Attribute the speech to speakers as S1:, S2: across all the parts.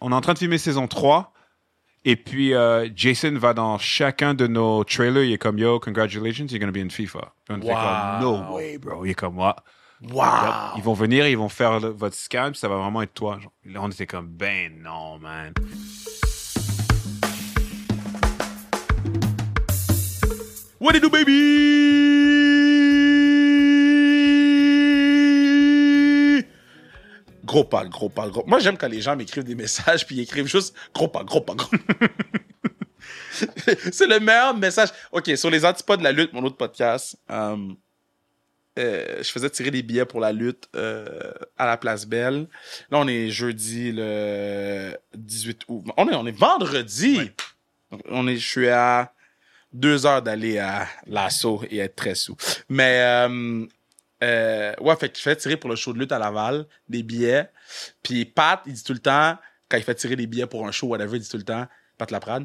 S1: on est en train de filmer saison 3. Et puis, euh, Jason va dans chacun de nos trailers. Il est comme, yo, congratulations, you're going to be in FIFA. Puis on fait
S2: Wow. Ah.
S1: comme, no way, bro. Il est comme, moi.
S2: Wow.
S1: Ils vont venir, ils vont faire le- votre scan, puis ça va vraiment être toi. Genre. Là, on était comme, ben non, man.
S2: What it do, baby? Gros pas, gros pas, gros. Moi, j'aime quand les gens m'écrivent des messages puis ils écrivent juste gros pas, gros pas, gros. C'est le meilleur message. OK, sur les antipodes de la lutte, mon autre podcast, euh, euh, je faisais tirer des billets pour la lutte euh, à la Place Belle. Là, on est jeudi le 18 août. On est, on est vendredi. On est, je suis à deux heures d'aller à l'assaut et être très sous. Mais euh, euh, ouais, fait que je fais tirer pour le show de lutte à Laval des billets. Puis Pat, il dit tout le temps, quand il fait tirer des billets pour un show, whatever, il dit tout le temps, Pat Laprade.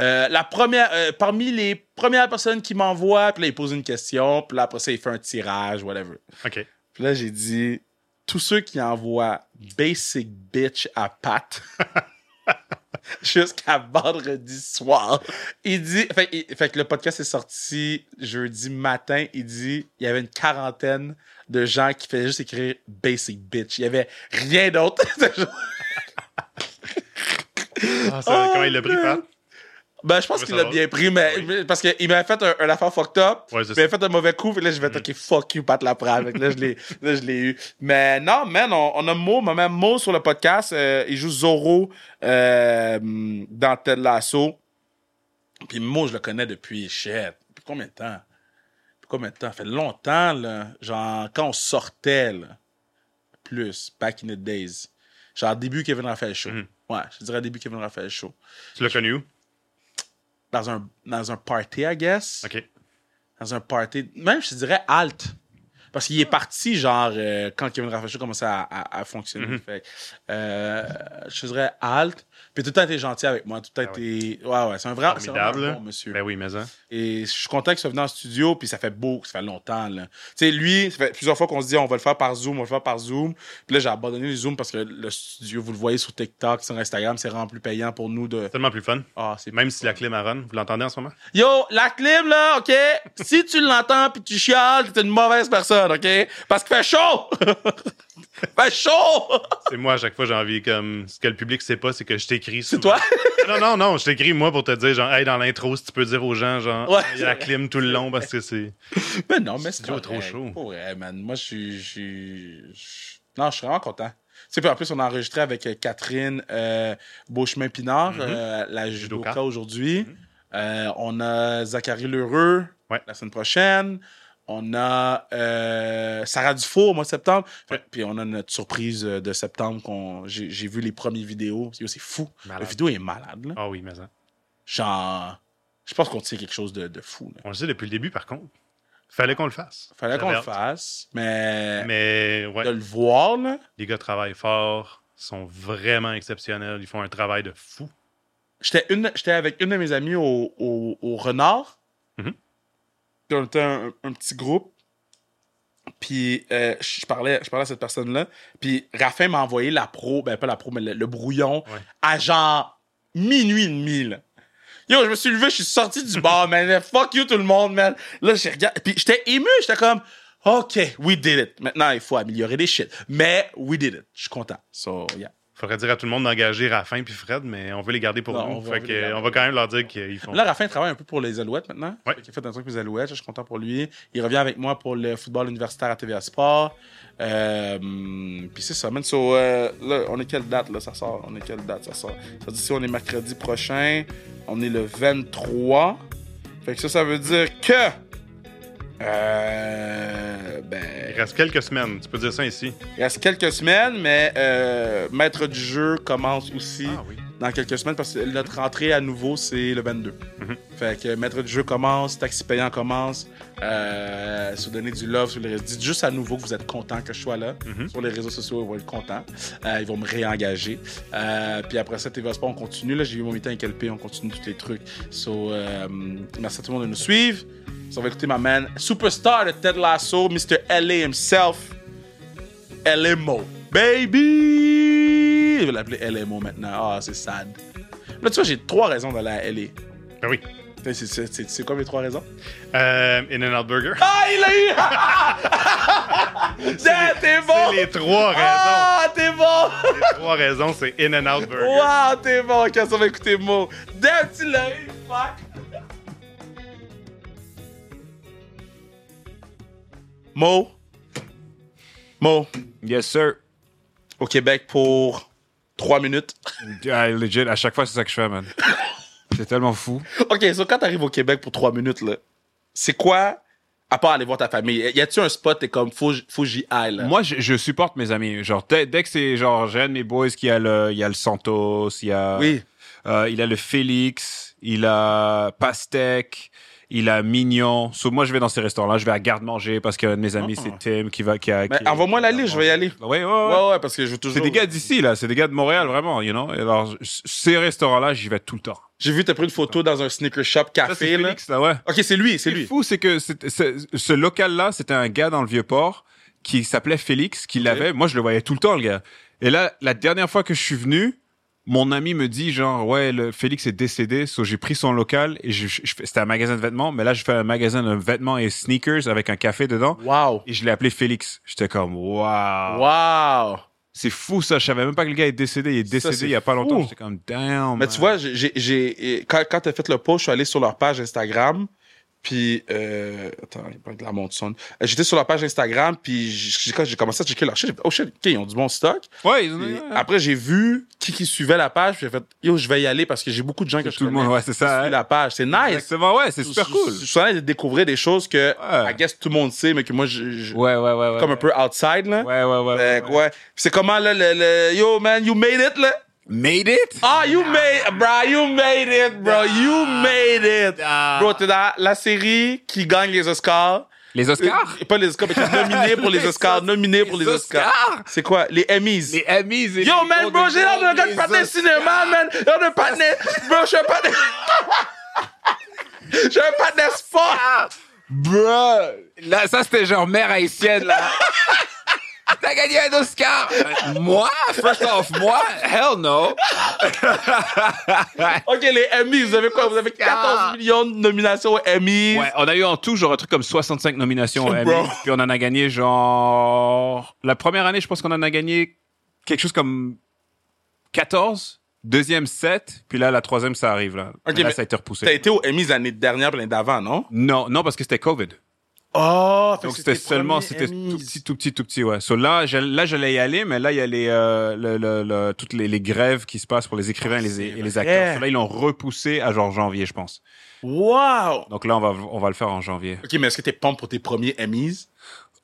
S2: Euh, la première, euh, parmi les premières personnes qui m'envoient, puis là, il pose une question, puis là, après ça, il fait un tirage, whatever.
S1: OK.
S2: Puis là, j'ai dit, tous ceux qui envoient Basic Bitch à Pat jusqu'à vendredi soir, il dit, fait, il- fait que le podcast est sorti jeudi matin, il dit, il y avait une quarantaine de gens qui faisaient juste écrire Basic Bitch. Il y avait rien d'autre.
S3: Ah, ça,
S2: Oh,
S3: comment il l'a pris,
S2: man.
S3: Pat?
S2: Ben, je pense
S3: Ah, Ça
S2: qu'il
S3: va,
S2: l'a
S3: ça va?
S2: bien pris, mais,
S3: Oui.
S2: mais- parce qu'il m'a fait un, un affaire fucked up.
S3: Ouais,
S2: il
S3: c'est
S2: m'a
S3: ça. Mm.
S2: fait un mauvais coup, et là, je vais être, OK, fuck you, Pat Laprade. Fait que là, je l'ai, là, je l'ai eu. Mais non, man, on, on a Mo, ma même Mo sur le podcast. euh, il joue Zoro euh, dans Ted Lasso. Puis Mo, je le connais depuis, shit, depuis combien de temps? Depuis combien de temps? Ça fait longtemps, là. Genre, quand on sortait, là, plus, back in the days. Genre, début Kevin Raphaël Show.
S3: Mhm.
S2: Ouais, je dirais début Kevin Raphaël Show
S3: Tu l'as connu où?
S2: dans un, dans un party, I guess.
S3: OK.
S2: Dans un party. Même, je te dirais, alt. Parce qu'il est parti, genre, euh, quand Kevin Raphaël Show commençait à, à- à fonctionner.
S3: Mm-hmm.
S2: Fait que, euh, je te dirais, alt. Puis tout le temps, été gentil avec moi. Tout le temps,
S3: Ah
S2: été. Ouais, ouais, c'est un vrai. c'est vraiment
S3: Formidable.
S2: un
S3: là.
S2: bon monsieur.
S3: Ben oui, mais ça.
S2: Et je suis content qu'il soit venu en studio, puis ça fait beau, ça fait longtemps. là. Tu sais, lui, ça fait plusieurs fois qu'on se dit on va le faire par Zoom, on va le faire par Zoom. Puis là, j'ai abandonné le Zoom parce que le studio, vous le voyez sur TikTok, sur Instagram, c'est vraiment plus payant pour nous de.
S3: Tellement plus fun.
S2: Ah, c'est
S3: Même si la clé marronne, vous l'entendez en ce moment?
S2: Yo, la clim, là, OK? Si tu l'entends puis tu chiales, t'es une mauvaise personne, OK? Parce qu'il fait chaud! fait chaud!
S3: C'est moi, à chaque fois, j'ai envie, comme, ce que le public sait pas, c'est que je t'écris.
S2: C'est toi?
S3: Non, non, non, je t'écris, moi, pour te dire, genre, hey, dans l'intro, si tu peux dire aux gens, genre,
S2: Ouais.
S3: il y a la clim tout le long parce que c'est.
S2: mais Ben non, mais c'est
S3: Studio
S2: correct.
S3: trop chaud.
S2: Pour vrai, man. Moi, je suis- je suis... je- Non, je suis vraiment content. Tu sais, puis en plus, on a enregistré avec euh, Catherine euh, Beauchemin-Pinard, euh, la
S3: Mm-hmm. Judoka. Mm-hmm.
S2: judoka aujourd'hui. Euh, on a Zachary Lheureux
S3: Ouais.
S2: la semaine prochaine. On a euh, Sarah Dufour au mois de septembre. Fait-
S3: Ouais.
S2: Puis on a notre surprise euh, de septembre. qu'on J'ai j'ai vu les premières vidéos. Yo, C'est fou.
S3: Malade.
S2: La vidéo est malade. là.
S3: Ah oui, mais ça.
S2: Genre, je pense qu'on tire quelque chose de, de fou. Là.
S3: On le sait depuis le début, par contre. Fallait qu'on le fasse.
S2: Fallait qu'on
S3: J'avais
S2: le
S3: hâte.
S2: fasse, mais,
S3: Mais,
S2: de
S3: ouais,
S2: le voir, là,
S3: les gars travaillent fort, sont vraiment exceptionnels, ils font un travail de fou.
S2: J'étais une- j'étais avec une de mes amies au, au, au Renard.
S3: Mhm.
S2: Puis on était un, un petit groupe. Puis euh, je parlais, je parlais à cette personne-là. Puis Raphaël m'a envoyé la pro, ben pas la pro, mais le, le brouillon
S3: Ouais.
S2: à genre minuit et demi. là. Yo, je me suis levé, je suis sorti du bar, man. Fuck you tout le monde, man. Là, j'ai regardé. Puis j'étais ému, j'étais comme, OK, we did it. Maintenant, il faut améliorer les shit. Mais we did it. Je suis content. So, yeah.
S3: Faudrait dire à tout le monde d'engager Raffin puis Fred, mais on veut les garder pour
S2: Non, on va-
S3: nous.
S2: on
S3: fait
S2: veut
S3: que,
S2: les garder.
S3: on va quand même leur dire qu'ils font.
S2: Là, Raphaël travaille un peu pour les Alouettes maintenant.
S3: Ouais.
S2: Il a fait un truc pour les Alouettes. Je suis content pour lui. Il revient avec moi pour le football universitaire à TVA Sport. Euh, Puis c'est ça, man. So, euh, là, on est quelle date, là, ça sort? On est quelle date, ça sort? Ça dit si on est mercredi prochain. On est le 23. Fait que ça, ça veut dire que... Euh, ben,
S3: Il reste quelques semaines, tu peux dire ça ici.
S2: il reste quelques semaines, mais euh, Maître du jeu commence aussi
S3: oui.
S2: dans quelques semaines parce que notre rentrée à nouveau, c'est le 22.
S3: Mhm.
S2: Fait que maître du jeu commence, taxi payant commence, euh, se donner du love sur les réseaux. Dites juste à nouveau que vous êtes content que je sois là.
S3: Mhm.
S2: Sur les réseaux sociaux, ils vont être contents. Euh, ils vont me réengager. Euh, puis après ça, TV Sport, on continue. Là, j'ai eu mon meeting avec LP, on continue tous les trucs. So, euh, merci à tout le monde de nous suivre. Ça, on va écouter ma man, superstar de Ted Lasso, Mr. LA himself, LMO. Baby! Pourquoi ils l'appeler LMO maintenant? Ah, c'est sad. Là, tu vois, j'ai trois raisons d'aller à LA.
S3: Ben oui.
S2: C'est- c'est- C'est c'est- c'est quoi mes trois raisons?
S3: Euh, In-N-Out Burger.
S2: Ah, il l'a eu! Damn, t'es bon!
S3: C'est les trois raisons.
S2: Oh! Ah, t'es bon!
S3: les trois raisons, c'est In-N-Out Burger.
S2: Wow, t'es bon! Ok, ça va écouter mot. Damn, tu l'as eu, fuck! Mo. Mo.
S1: Yes, sir.
S2: Au Québec pour trois minutes.
S1: Ah, legit, à chaque fois, c'est ça que je fais, man. C'est tellement fou.
S2: Ok, so quand t'arrives au Québec pour trois minutes, là, c'est quoi, à part aller voir ta famille, y a-tu un spot, t'es comme, faut, faut j'y aille, là?
S1: Moi, je, je supporte mes amis. Genre, dès, dès que c'est genre, j'aime mes boys, qu'il y a le, il y a le Santos, il y a,
S2: oui.
S1: euh, il a le Félix, il a Pastèque, il a Mignon. So, moi, je vais dans ces restaurants-là. Je vais à Garde-Manger parce qu'un de mes amis,
S2: Ah.
S1: c'est Tim qui va, qui a.
S2: Ben,
S1: qui-
S2: envoie-moi la liste, je vais y aller.
S1: Bah Ouais, ouais, ouais.
S2: Ouais, ouais, parce que je veux
S1: C'est
S2: toujours.
S1: des gars d'ici, là. C'est des gars de Montréal, vraiment, you know. Et Alors, c- ces restaurants-là, j'y vais tout le temps.
S2: J'ai vu, t'as pris une photo dans un sneaker shop
S1: Ça, c'est
S2: café, là.
S1: Félix, là, ouais.
S2: Ok, c'est lui, c'est
S1: Ce qui est
S2: lui.
S1: fou, c'est que c'est- c'est- ce local-là, c'était un gars dans le Vieux-Port qui s'appelait Félix, qui l'avait. Moi, je le voyais tout le temps, le gars. Et là, la dernière fois que je suis venu, mon ami me dit genre, ouais, le Félix est décédé, so j'ai pris son local et je- je- je fais- c'était un magasin de vêtements, mais là, je fais un magasin de vêtements et sneakers avec un café dedans.
S2: Wow.
S1: Et je l'ai appelé Félix. J'étais comme, waouh.
S2: Wow.
S1: C'est fou ça, je savais même pas que le gars est décédé. Il est décédé
S2: c'est
S1: il y a pas
S2: fou.
S1: longtemps. J'étais comme, damn.
S2: Mais
S1: man.
S2: tu vois, j'ai- j'ai, j'ai- quand, quand t'as fait le post, je suis allé sur leur page Instagram. Puis, euh, attends, il manque de la montre sonne. Euh, J'étais sur leur page Instagram, puis j'ai- quand j'ai commencé à checker leur shit, j'ai fait, oh shit, OK, ils ont du bon stock.
S1: Ouais, ils-
S2: Puis
S1: ouais, ouais.
S2: après, j'ai vu qui qui suivait la page, puis j'ai fait, yo, je vais y aller parce que j'ai beaucoup de gens que je
S1: tout le
S2: connais
S1: monde, ouais, c'est
S2: qui
S1: ça.
S2: suivent
S1: hein.
S2: la page. C'est nice.
S1: Exactement, ouais, c'est super
S2: Je-
S1: cool.
S2: Je je suis en train de découvrir des choses que,
S1: Ouais.
S2: I guess, tout le monde sait, mais que moi, je, je-
S1: Ouais, ouais, ouais. ouais.
S2: comme un peu outside, là.
S1: Ouais, ouais, ouais.
S2: Fait
S1: ouais,
S2: que,
S1: ouais.
S2: ouais. Puis C'est comment, là, le, le- yo, man, you made it, là?
S1: Made it?
S2: Ah, you made, bro, you made it, bro, you made it. Bro, t'es dans la série qui gagne les Oscars.
S1: Les Oscars?
S2: Euh, Pas les Oscars, mais qui est nominée pour les
S1: Les
S2: Oscars,
S1: Os-
S2: nominée pour
S1: les
S2: les Oscars.
S1: Oscars?
S2: C'est quoi? Les Emmys.
S1: Les amis et
S2: Yo, man, bro, j'ai l'air d'un gars de partenaire cinéma, man. L'air d'un partenaire. Bro, je suis un partenaire. Je suis un partenaire sport.
S1: Bro! Là, ça, c'était genre mère haïtienne, là. T'as gagné un Oscar! moi? First off, moi? Hell no!
S2: Ok, les Emmys, vous avez quoi? Vous avez 14 millions de nominations aux Emmys.
S1: Ouais, on a eu en tout, genre, un truc comme 65 nominations aux
S2: Bro.
S1: Emmy. Puis on en a gagné, genre... La première année, je pense qu'on en a gagné quelque chose comme 14. Deuxième, 7. Puis là, la troisième, ça arrive, là.
S2: Ok,
S1: là,
S2: mais
S1: ça a été
S2: T'as
S1: repoussé.
S2: été aux Emmys l'année dernière, puis l'année d'avant, non?
S1: Non, non, parce que c'était COVID.
S2: Oh, fait que
S1: Donc c'était
S2: tes
S1: seulement,
S2: premiers
S1: c'était tout
S2: Emmys.
S1: petit, tout petit, tout petit, ouais. So, là, j'all- là, j'allais y aller, mais là, il y a les, euh, le- le- le- toutes les, les grèves qui se passent pour les écrivains et les, et les
S2: vrai.
S1: acteurs. So, là, ils l'ont repoussé à genre janvier, je pense.
S2: Wow!
S1: Donc là, on va, on va le faire en janvier.
S2: Ok, mais est-ce que t'es pompe pour tes premiers Emmys?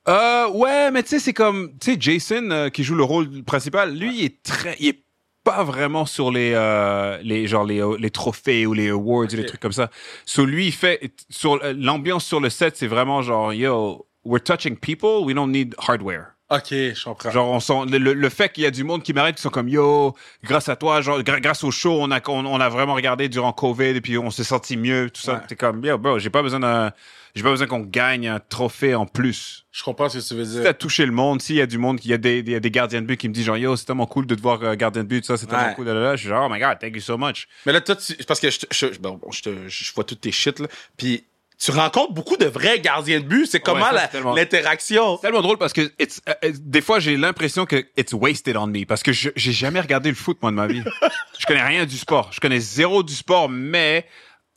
S1: Euh, ouais, mais tu sais, c'est comme, tu sais, Jason, euh, qui joue le rôle principal, lui, il est très, il est pas vraiment sur les, euh, les, genre, les, les trophées ou les awards et les
S2: Ok.
S1: trucs comme ça. So, lui, il fait, sur, euh, l'ambiance sur le set, c'est vraiment genre, yo, we're touching people, we don't need hardware.
S2: Ok, je comprends.
S1: Genre, on sent le, le- le fait qu'il y a du monde qui m'arrête, qui sont comme yo, grâce à toi, genre, gra- grâce au show, on a, on, on a vraiment regardé durant COVID et puis on s'est senti mieux, tout ça.
S2: Ouais.
S1: T'es comme yo, bro, j'ai pas besoin d'un, j'ai pas besoin qu'on gagne un trophée en plus.
S2: je comprends ce que tu veux
S1: Si t'as
S2: dire.
S1: touché le monde, s'il y a du monde, qu'il y a des, des, des gardiens de but qui me disent genre yo, c'est tellement cool de te voir euh, gardien de but, ça, c'est tellement
S2: Ouais.
S1: cool, là, là, là. Je suis genre oh my god, thank you so much.
S2: Mais là, toi, tu, parce que je, te- je- bon, bon, je, te- je vois toutes tes shit, là. Puis tu rencontres beaucoup de vrais gardiens de but. C'est comment
S1: ça,
S2: la-
S1: c'est tellement-
S2: l'interaction?
S1: C'est tellement drôle parce que it's, euh, euh, des fois j'ai l'impression que it's wasted on me parce que je- j'ai jamais regardé le foot moi de ma vie. je connais rien du sport, je connais zéro du sport, mais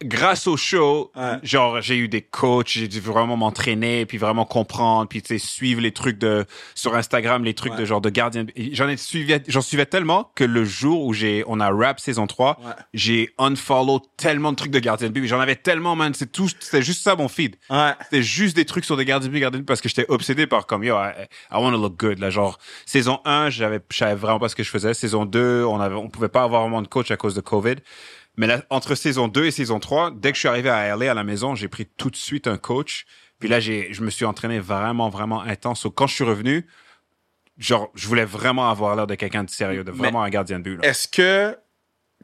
S1: grâce au show,
S2: Ouais.
S1: genre j'ai eu des coachs, j'ai dû vraiment m'entraîner puis vraiment comprendre puis tu sais suivre les trucs de sur Instagram, les trucs
S2: Ouais.
S1: de genre de gardien. Et J'en ai suivi, j'en suivais tellement que le jour où j'ai on a rap saison 3,
S2: Ouais.
S1: j'ai unfollow tellement de trucs de gardien de but, j'en avais tellement man, c'est tout, c'est juste ça mon feed.
S2: Ouais.
S1: C'était juste des trucs sur des gardiens de but, gardiens de but, parce que j'étais obsédé par comme, yo, I, I want to look good. Là, genre, saison 1, j'avais, je savais vraiment pas ce que je faisais. Saison 2, on avait, on pouvait pas avoir vraiment de coach à cause de COVID. Mais là, entre saison 2 et saison 3, dès que je suis arrivé à LA à la maison, j'ai pris tout de suite un coach. Puis là, j'ai, je me suis entraîné vraiment, vraiment intense. So, quand je suis revenu, genre, je voulais vraiment avoir l'air de quelqu'un de sérieux, de vraiment un gardien de but. là.
S2: Est-ce que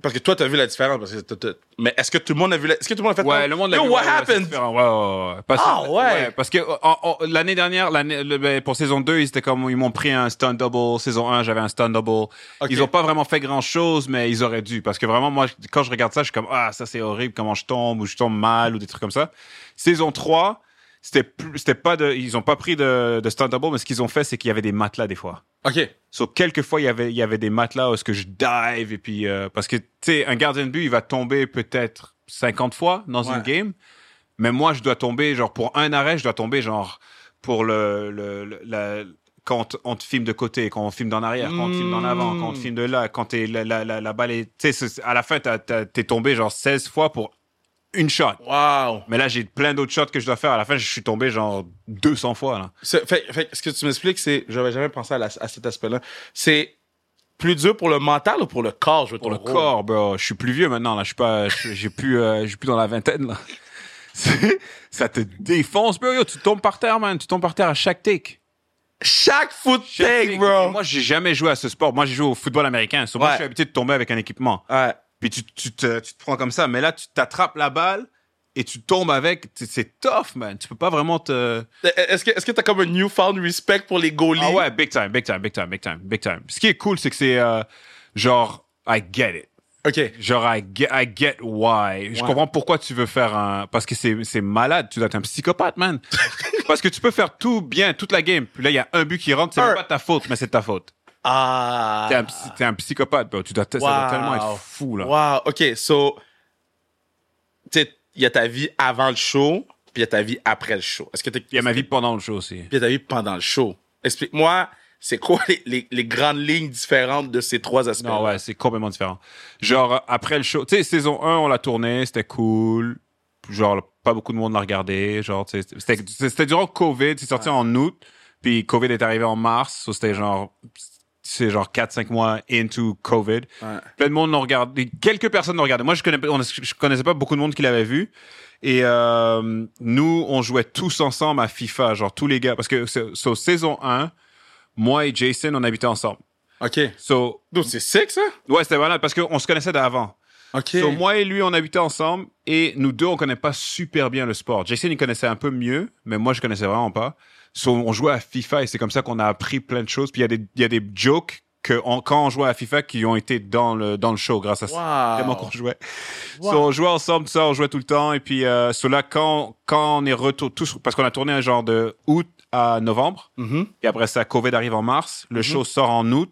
S2: Parce que toi, t'as vu la différence. Parce que t'as- t'as- Mais est-ce que tout le monde a vu la... Est-ce que tout le monde a fait
S1: Ouais,
S2: comme,
S1: le monde l'a
S2: Yo,
S1: vu,
S2: what
S1: ouais, ouais, c'est
S2: happened?
S1: différent. Ouais, ouais, ouais. Parce,
S2: Ah, ouais.
S1: Parce que euh, en- en- l'année dernière, l'année- le- ben, pour saison 2, ils étaient comme ils m'ont pris un stun double. Saison 1, j'avais un stun double.
S2: Ok.
S1: Ils ont pas vraiment fait grand chose, mais ils auraient dû. Parce que vraiment, moi, je- quand je regarde ça, je suis comme ah ça c'est horrible, comment je tombe ou je tombe mal ou des trucs comme ça. Saison 3, c'était plus- c'était pas de, ils ont pas pris de, de stun double, mais ce qu'ils ont fait, c'est qu'il y avait des matelas des fois.
S2: OK.
S1: So, quelquefois, il y avait, il y avait des matelas où est-ce que je dive et puis, euh, parce que, tu sais, un gardien de but, il va tomber peut-être 50 fois dans
S2: Ouais.
S1: une game. Mais moi, je dois tomber, genre, pour un arrêt, je dois tomber, genre, pour le, le, le- la- quand on te filme de côté, quand on filme d'en arrière, quand on te filme d'en avant,
S2: Mm.
S1: quand on te filme de là, quand t'es, la, la, la, la balle est, tu sais, c'est- à la fin, t'as- t'as- t'es tombé, genre, 16 fois pour une shot.
S2: Wow.
S1: Mais là, j'ai plein d'autres shots que je dois faire. À la fin, je suis tombé, genre, 200 fois, là.
S2: Ce, fait, fait, ce que tu m'expliques, c'est... J'avais jamais pensé à, la- à cet aspect-là. C'est plus dur pour le mental ou pour le corps, je veux
S1: Pour le
S2: ton rôle?
S1: corps, bro. Je suis plus vieux maintenant, là. Je suis pas, je- j'ai plus, euh, je suis plus dans la vingtaine, là. C'est- Ça te défonce, bro. Yo, tu tombes par terre, man. Tu tombes par terre à chaque take.
S2: Chaque foot
S1: Chaque
S2: take,
S1: take.
S2: bro.
S1: Moi, j'ai jamais joué à ce sport. Moi, j'ai joué au football américain. So, Moi,
S2: Ouais.
S1: je suis habitué de tomber avec un équipement.
S2: Ouais.
S1: Puis tu, tu, te, tu te prends comme ça. Mais là, tu t'attrapes la balle et tu tombes avec. C'est- C'est tough, man. Tu peux pas vraiment te.
S2: Est-ce que est-ce que t'as comme un newfound respect pour les goalies?
S1: Ah ouais, big time, big time, big time, big time, big time. Ce qui est cool, c'est que c'est euh, genre, I get it.
S2: OK.
S1: Genre, I get, I get why. Je
S2: Ouais.
S1: comprends pourquoi tu veux faire un. Parce que c'est c'est malade. Tu dois être un psychopathe, man. Parce que tu peux faire tout bien, toute la game. Puis là, il y a un but qui rentre. C'est
S2: Un.
S1: même pas ta faute, mais c'est ta faute.
S2: Ah.
S1: T'es un, psy- t'es un psychopathe, bro. Tu dois, te- ça doit tellement être fou, là.
S2: Wow. OK, so, tu sais, il y a ta vie avant le show, puis il y a ta vie après le show. Est-ce que t'es-
S1: Il y a ma vie pendant le show aussi.
S2: Puis il y a ta vie pendant le show. Explique-moi, c'est quoi les, les- les grandes lignes différentes de ces trois aspects?
S1: Non, ouais, c'est complètement différent. Genre, euh, après le show, tu sais, saison 1, on l'a tourné, c'était cool. Genre, pas beaucoup de monde l'a regardé. Genre, tu sais, c'était c'était- c'était durant COVID, c'est sorti en août, puis COVID est arrivé en mars, so c'était genre, c'est genre 4-5 mois into COVID.
S2: Ouais.
S1: Plein de monde l'ont regardé, quelques personnes l'ont regardé. Moi, je, connais, on- je connaissais pas beaucoup de monde qui l'avait vu. Et euh, nous, on jouait tous ensemble à FIFA, genre tous les gars, parce que c'est- so, saison 1, moi et Jason, on habitait ensemble.
S2: OK.
S1: So,
S2: Donc, c'est sick, ça?
S1: Ouais, c'était malade parce qu'on se connaissait d'avant.
S2: OK.
S1: So, moi et lui, on habitait ensemble et nous deux, on connaît pas super bien le sport. Jason, il connaissait un peu mieux, mais moi, je connaissais vraiment pas. So, on jouait à FIFA et c'est comme ça qu'on a appris plein de choses. Puis il y, a des- il y a des jokes que on- quand on jouait à FIFA qui ont été dans le, dans le show grâce à ça
S2: Wow.
S1: vraiment qu'on jouait.
S2: Wow.
S1: So, on jouait ensemble, tout ça, on jouait tout le temps. Et puis, euh, so là, quand, quand on est retour, tous, parce qu'on a tourné un genre de août à novembre,
S2: Mhm.
S1: et après ça, COVID arrive en mars, le
S2: Mhm.
S1: show sort en août.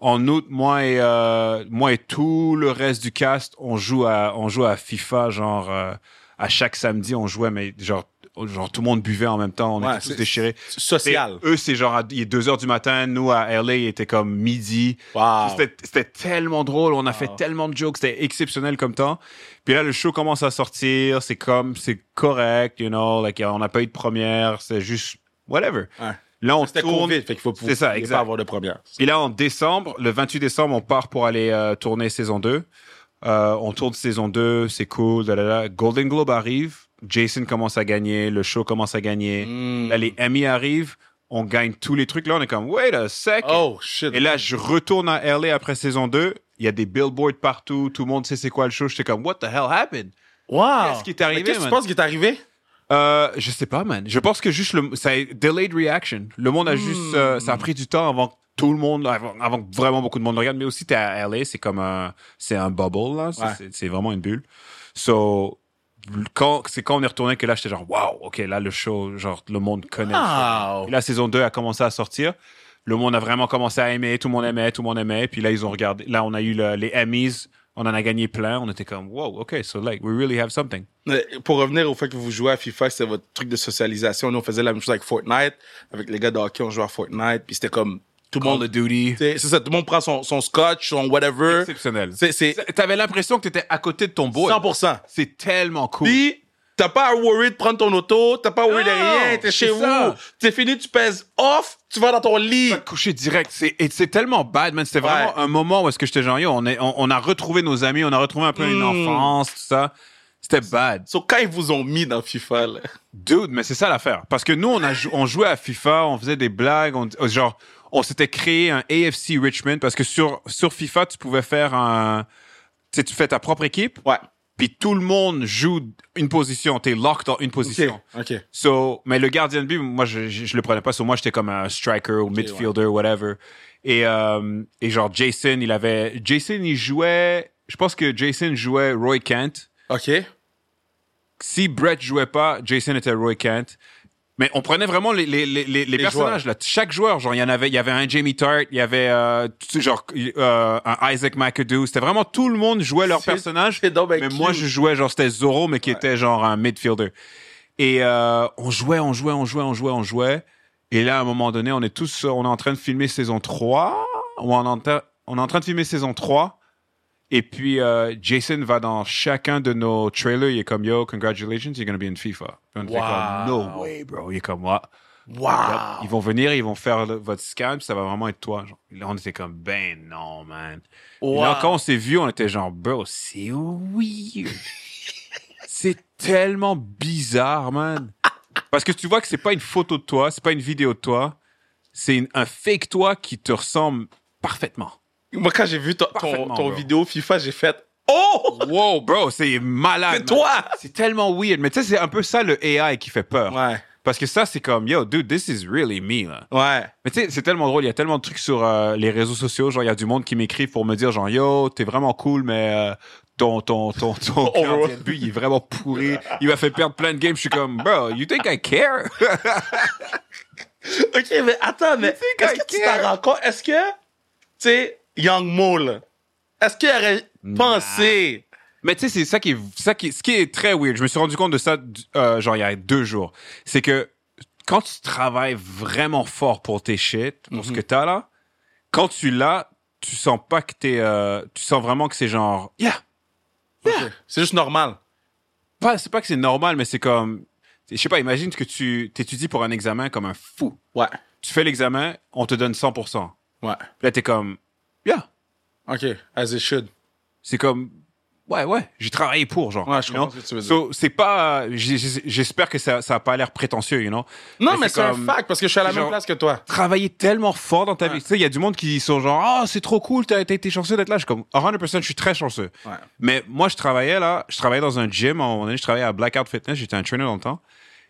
S1: En août, moi et, euh, moi et tout le reste du cast, on joue à, on joue à FIFA, genre, euh, à chaque samedi, on jouait, mais genre, genre tout le monde buvait en même temps, on
S2: Ouais,
S1: était tous
S2: c'est-
S1: déchirés. Et
S2: Social.
S1: eux, c'est genre, à- il est 2 heures du matin, nous à LA, il était comme midi.
S2: Wow.
S1: C'était- C'était tellement drôle, on a fait
S2: Wow.
S1: tellement de jokes, c'était exceptionnel comme temps. Puis là, le show commence à sortir, c'est comme, c'est correct, you know, like, on n'a pas eu de première, c'est juste, whatever.
S2: Ouais.
S1: Là, on
S2: C'était
S1: tourne.
S2: COVID, fait qu'il faut
S1: C'est ça,
S2: il faut
S1: exact.
S2: pas avoir de première.
S1: Puis là, en décembre, le 28 décembre, on part pour aller euh, tourner saison 2. Euh, on tourne saison 2, c'est cool, da, da, da. Golden Globe arrive, Jason commence à gagner, le show commence à gagner.
S2: Mm.
S1: Là, les Emmy arrivent, on gagne tous les trucs. Là, on est comme, wait a sec.
S2: Oh, shit.
S1: Et là, je retourne à LA après saison 2. Il y a des billboards partout. Tout le monde sait c'est quoi le show. J'étais comme, what the hell happened?
S2: wow.
S1: Qu'est-ce qui est arrivé,
S2: Mais Qu'est-ce que tu
S1: man?
S2: penses qui est arrivé?
S1: Euh, je sais pas, man. Je pense que juste le, ça a delayed reaction. Le monde a juste, euh, ça a pris du temps avant que tout le monde, avant, avant que vraiment beaucoup de monde le regarde. Mais aussi, t'es à LA, c'est comme un, c'est un bubble, là. C'est-
S2: Ouais.
S1: C'est c'est vraiment une bulle. So, quand, c'est quand on est retourné que là, j'étais genre, wow, ok, là, le show, genre, le monde connaît. le show.
S2: Wow.
S1: Puis la saison 2 a commencé à sortir. Le monde a vraiment commencé à aimer, tout le monde aimait, tout le monde aimait. Puis là, ils ont regardé. Là, on a eu le- les Emmys, on en a gagné plein. On était comme, wow, ok, so like, we really have something.
S2: Euh, Pour revenir au fait que vous jouez à FIFA, c'était votre truc de socialisation. Nous, on faisait la même chose avec Fortnite. Avec les gars de hockey, on jouait à Fortnite. Puis c'était comme tout le monde.
S1: Duty.
S2: C'est c'est ça, tout le monde prend son, son scotch, son whatever.
S1: Exceptionnel.
S2: C'est c'est
S1: T'avais l'impression que t'étais à côté de ton boy.
S2: 100%.
S1: C'est tellement cool.
S2: Puis, t'as pas à worry de prendre ton auto, t'as pas à worry de
S1: Non,
S2: rien, t'es
S1: c'est
S2: chez
S1: ça.
S2: vous. C'est fini, tu pèses off, tu vas dans ton lit.
S1: Pas de coucher direct, c'est et c'est tellement bad, man. C'était vraiment un moment où est-ce que j'étais genre yo, on, est, on, on a retrouvé nos amis, on a retrouvé un peu une
S2: Mm.
S1: enfance, tout ça. C'était bad.
S2: So, quand ils vous ont mis dans FIFA, là.
S1: Dude, mais c'est ça l'affaire. Parce que nous, on, a jou- on jouait à FIFA, on faisait des blagues, on, euh, genre, on s'était créé un AFC Richmond parce que sur, sur FIFA, tu pouvais faire un, Tu sais, tu fais ta propre équipe,
S2: Ouais.
S1: puis tout le monde joue une position. T'es locked dans une
S2: OK.
S1: position.
S2: OK.
S1: So, mais le gardien de but, moi, je, je, je le prenais pas. Sur moi, j'étais comme un striker ou midfielder, whatever. Et, euh, et genre, Jason, il avait. Jason, il jouait. Je pense que Jason jouait Roy Kent.
S2: OK.
S1: Si Brett jouait pas, Jason était Roy Kent. Mais on prenait vraiment les, les, les, les, les personnages, là. Chaque joueur, genre, il y en avait, il y avait un Jamie Tart, il y avait, euh, tu sais, genre, euh, un Isaac McAdoo. C'était vraiment tout le monde jouait leur
S2: C'est-
S1: personnage.
S2: c'est donc ben, bien
S1: mais
S2: cute.
S1: moi, je jouais, genre, c'était Zoro, mais qui était genre un midfielder. Et euh, on jouait, on jouait, on jouait, on jouait, on jouait. Et là, à un moment donné, on est tous, euh, on est en train de filmer saison 3. Ou on, est en train- on est en train de filmer saison 3. Et puis, euh, Jason va dans chacun de nos trailers. Il est comme, yo, congratulations, you're going to be in FIFA. Puis on était
S2: Wow.
S1: comme, no way, bro. Il est comme, moi.
S2: Wow.
S1: Ils vont venir, ils vont faire le- votre scan, puis ça va vraiment être toi. Genre. Là, on était comme, ben non, man. Et
S2: Wow.
S1: là, quand on s'est vu, on était genre, bro, c'est weird. c'est tellement bizarre, man. Parce que tu vois que c'est pas une photo de toi, c'est pas une vidéo de toi, c'est une- un fake toi qui te ressemble parfaitement.
S2: Moi, quand j'ai vu ton, ton-
S1: Parfaitement,
S2: ton
S1: bro.
S2: vidéo FIFA, j'ai fait Oh!
S1: Wow, bro, c'est malade.
S2: C'est
S1: man.
S2: toi!
S1: C'est tellement weird. Mais tu sais, c'est un peu ça le AI qui fait peur.
S2: Ouais.
S1: Parce que ça, c'est comme, yo, dude, this is really me, là.
S2: Ouais.
S1: Mais tu sais, c'est tellement drôle. Il y a tellement de trucs sur euh, les réseaux sociaux. Genre, il y a du monde qui m'écrit pour me dire, genre, yo, t'es vraiment cool, mais euh, ton, ton, ton, ton gardien de but, il est vraiment pourri. Il m'a fait perdre plein de games. Je suis comme, bro, you think I care?
S2: Ok, mais attends, mais
S1: sais
S2: est-ce
S1: quand
S2: que tu
S1: il
S2: t'en
S1: care.
S2: rends compte? Est-ce que, tu sais, Young Mo, là, est-ce qu'il aurait pensé?
S1: mais tu sais, c'est ça qui est, ça qui, ce qui est très weird. Je me suis rendu compte de ça, du- euh, genre, il y a deux jours. C'est que quand tu travailles vraiment fort pour tes shit, pour ce que t'as là, quand tu l'as, tu sens pas que t'es, euh, tu sens vraiment que c'est genre, yeah,
S2: Ok, C'est juste normal.
S1: pas, c'est pas que c'est normal, mais c'est comme, je sais pas, imagine que tu t'étudies pour un examen comme un fou.
S2: Ouais.
S1: Tu fais l'examen, on te donne 100%.
S2: Ouais.
S1: Là, t'es comme, yeah.
S2: Ok, as it should.
S1: C'est comme, ouais, ouais, j'ai travaillé pour, genre.
S2: Ouais, je
S1: you
S2: comprends
S1: know?
S2: ce que tu veux dire.
S1: So, c'est pas, j'ai- j'ai- j'espère que ça, ça a pas l'air prétentieux, you know.
S2: Non, mais c'est
S1: comme-
S2: un fact parce que je suis à la
S1: c'est
S2: même
S1: genre-
S2: place que toi.
S1: Travailler tellement fort dans ta
S2: Ouais.
S1: vie. Tu sais, il y a du monde qui sont genre, ah, c'est trop cool, t'as été chanceux d'être là. Je suis comme, 100%, je suis très chanceux.
S2: Ouais.
S1: Mais moi, je travaillais là, je travaillais dans un gym. À un moment donné, je travaillais à Blackout Fitness. J'étais un trainer dans le temps.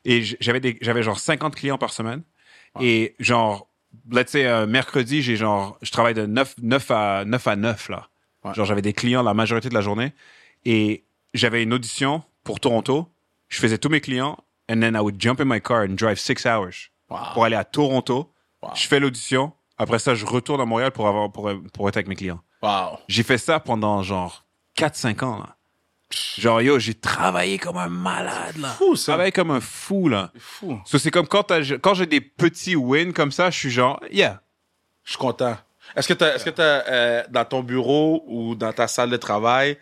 S1: Et j- j'avais des, j'avais genre 50 clients par semaine. Et genre, let's say, euh, mercredi, j'ai genre, je travaille de 9, 9 à, 9 à 9, là.
S2: Ouais.
S1: Genre, j'avais des clients la majorité de la journée. Et j'avais une audition pour Toronto. Je faisais tous mes clients. And then I would jump in my car and drive six hours
S2: Wow.
S1: pour aller à Toronto.
S2: Ah. Wow.
S1: Je fais l'audition. Après ça, je retourne à Montréal pour avoir, pour, pour être avec mes clients.
S2: Wow.
S1: J'ai fait ça pendant genre 4-5 ans. Là. Genre, yo, j'ai travaillé comme un malade. Là.
S2: Fou,
S1: J'ai
S2: ça.
S1: travaillé comme un fou. là.
S2: Fou.
S1: So, c'est comme quand, t'as- quand j'ai des petits wins comme ça, je suis genre, yeah.
S2: Je suis content. Est-ce que t'as, est-ce que t'as, euh, dans ton bureau ou dans ta salle de travail,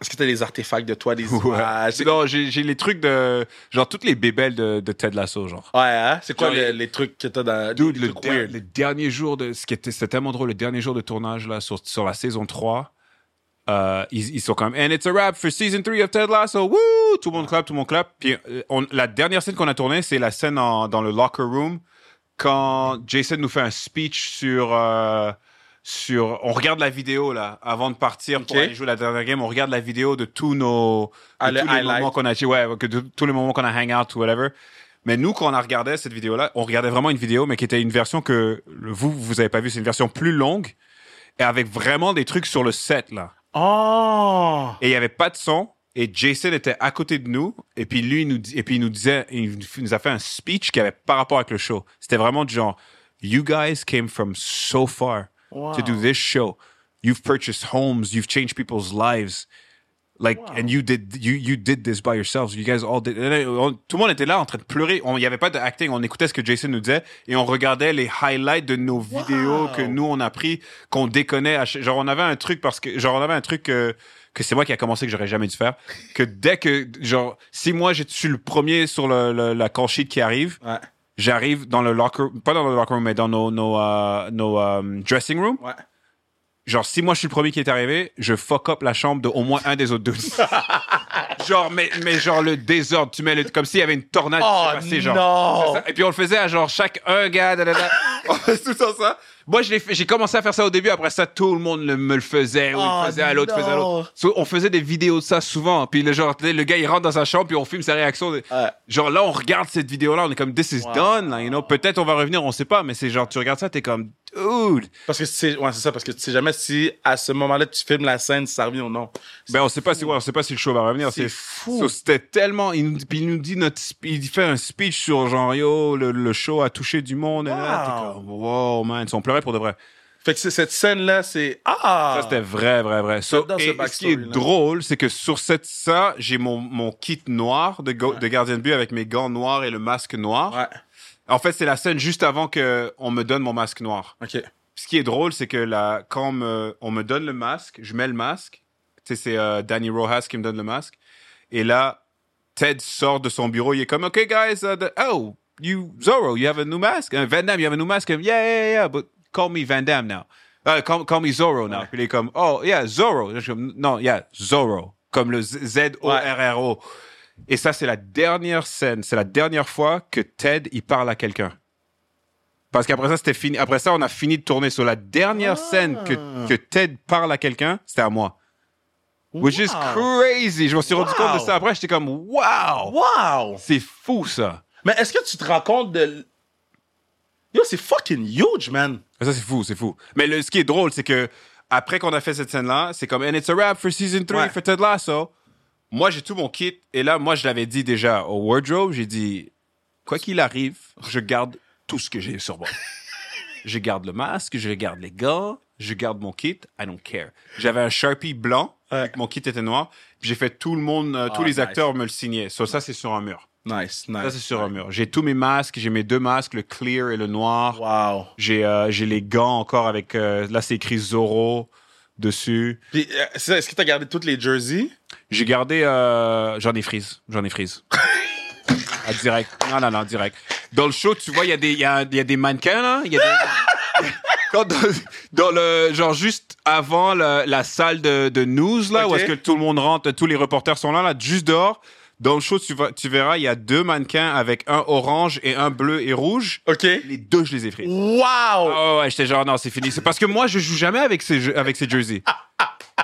S2: est-ce que t'as des artefacts de toi, des images? C'est- Ouais,
S1: Non, j'ai j'ai les trucs de. Genre, toutes les bébelles de, de Ted Lasso, genre.
S2: hein? C'est quoi
S1: Genre,
S2: le-
S1: les-
S2: les trucs que t'as dans
S1: Dude, le,
S2: les trucs
S1: der-
S2: weird?
S1: le dernier jour de. ce qui était- C'était tellement drôle, le dernier jour de tournage là, sur, sur la saison 3. euh, ils, ils sont quand même. And it's a wrap for season 3 of Ted Lasso. Woo! Tout le monde clap, tout le monde clap. Puis euh, on- la dernière scène qu'on a tournée, c'est la scène en- dans le locker room quand Jason nous fait un speech sur. euh, sur, on regarde la vidéo là avant de partir pour
S2: Ok.
S1: aller jouer la dernière game. On regarde la vidéo de tous nos, de
S2: Ah, le
S1: tous les
S2: highlight.
S1: moments qu'on a, ouais, que de tous les moments qu'on a hangout ou whatever. Mais nous, quand on a regardé cette vidéo-là, on regardait vraiment une vidéo, mais qui était une version que le- vous, vous avez pas vue. C'est une version plus longue et avec vraiment des trucs sur le set, là.
S2: Oh!
S1: Et il y avait pas de son. Et Jason était à côté de nous. Et puis lui, il nous, dit- et puis il nous disait, il nous a fait un speech qui avait par rapport avec le show. C'était vraiment du genre, You guys came from so far to do this show. You've purchased homes. You've changed people's lives. Like, and you did, you, you did this by yourselves. You guys all did. Et là, on- tout le monde était là en train de pleurer. On- Il n'y avait pas de acting. On écoutait ce que Jason nous disait et on regardait les highlights de nos vidéos que nous on a pris, qu'on déconnait. à chaque- genre, on avait un truc parce que, genre, on avait un truc euh, que c'est moi qui a commencé que j'aurais jamais dû faire. Que dès que, genre, si moi je suis le premier sur le- le- la call sheet qui arrive,
S2: Ouais.
S1: j'arrive dans le locker, pas dans le locker room, mais dans nos, nos, euh, nos euh, dressing room
S2: Ouais.
S1: genre si moi je suis le premier qui est arrivé, je fuck up la chambre de au moins un des autres deux. genre mais mais genre le désordre, tu mets le comme s'il y avait une tornade qui
S2: Oh,
S1: s'est passée, genre.
S2: non!
S1: C'est ça. Et puis on le faisait à genre chaque un gars da, da, da. On fait tout le temps ça. Moi, je l'ai fait- j'ai commencé à faire ça au début. Après ça, tout le monde le- me le faisait. Ou
S2: Oh,
S1: il faisait à l'autre, faisait à l'autre. So, on faisait des vidéos de ça souvent. Puis le genre, le gars, il rentre dans sa chambre, puis on filme sa réaction.
S2: Ouais.
S1: Genre là, on regarde cette vidéo-là, on est comme, this is
S2: Wow.
S1: done. là, you know? Peut-être on va revenir, on sait pas. Mais c'est genre, tu regardes ça, t'es comme, dude.
S2: Parce que tu sais, ouais, c'est ça, parce que tu sais jamais si à ce moment-là tu filmes la scène, si ça revient ou non.
S1: Ben, on sait pas si, ouais, on sait pas si le show va revenir.
S2: C'est
S1: C'est
S2: fou.
S1: So, C'était tellement. Il nous, puis il nous dit notre. sp- Il fait un speech sur genre yo, le, le show a touché du monde. et là,
S2: Wow.
S1: t'es comme, wow, man. On pleurait pour de vrai.
S2: Fait que c'est- cette scène-là, c'est. Ah!
S1: Ça, c'était vrai, vrai, vrai. So,
S2: J'adore ce
S1: et ce qui est
S2: backstory-là.
S1: drôle, c'est que sur cette, ça, j'ai mon, mon kit noir de, go-
S2: Ouais.
S1: de gardien de but avec mes gants noirs et le masque noir.
S2: Ouais,
S1: En fait, c'est la scène juste avant que on me donne mon masque noir.
S2: ok.
S1: Ce qui est drôle, c'est que là, quand on me, on me donne le masque, je mets le masque. Tu sais, c'est euh, Danny Rojas qui me donne le masque. Et là, Ted sort de son bureau. Il est comme, OK, guys, uh, the- oh, you, Zorro, you have a new mask. Uh, Van Damme, you have a new mask. Comme, yeah, yeah, yeah, but call me Van Damme now. Uh, call, call me Zorro now.
S2: Ouais.
S1: Puis il est comme, oh, yeah, Zorro. Je suis comme, non, yeah, Zorro. Comme le Z- Z-O-R-R-O. Et ça, c'est la dernière scène. C'est la dernière fois que Ted, il parle à quelqu'un. Parce qu'après ça, c'était fini. Après ça, on a fini de tourner sur la dernière
S2: Ah.
S1: scène que, que Ted parle à quelqu'un, c'était à moi. Which is
S2: Wow.
S1: crazy. Je me suis rendu
S2: Wow.
S1: compte de ça après. J'étais comme, wow!
S2: Wow!
S1: C'est fou, ça.
S2: Mais est-ce que tu te rends compte de. l- Yo, c'est fucking huge, man!
S1: Ça, c'est fou, c'est fou. Mais le, ce qui est drôle, c'est que après qu'on a fait cette scène-là, c'est comme, and it's a wrap for season 3
S2: Ouais.
S1: for Ted Lasso. Moi, j'ai tout mon kit. Et là, moi, je l'avais dit déjà au wardrobe. J'ai dit, quoi qu'il arrive, je garde tout ce que j'ai sur moi. je garde le masque, je garde les gants, je garde mon kit. I don't care. J'avais un Sharpie blanc,
S2: Ouais.
S1: vu que mon kit était noir. Puis j'ai fait tout le monde, euh, tous
S2: Ah,
S1: les
S2: nice.
S1: acteurs me le signaient. So, ça, c'est sur un mur.
S2: Nice, nice.
S1: Ça, c'est sur un mur. J'ai tous mes masques, j'ai mes deux masques, le clear et le noir.
S2: Wow.
S1: J'ai euh, j'ai les gants encore avec. euh, là, c'est écrit Zorro dessus.
S2: Puis, euh, c'est ça, est-ce que t'as gardé toutes les jerseys?
S1: J'ai gardé. euh, J'en ai frise. J'en ai frise. Ah, direct. Non, non, non, direct. Dans le show, tu vois, il y, a des- il y a, il y a des mannequins, là. Il y a des- Quand dans, dans le. Genre, juste avant la, la salle de, de news, là,
S2: Ok.
S1: où est-ce que tout le monde rentre, tous les reporters sont là, là, juste dehors. Dans le show, tu, vas- tu verras, il y a deux mannequins avec un orange et un bleu et rouge.
S2: Ok.
S1: Les deux, je les ai frises.
S2: Wow!
S1: Oh ouais, j'étais genre non, c'est fini. C'est parce que moi je joue jamais avec ces jeux- avec ces jerseys.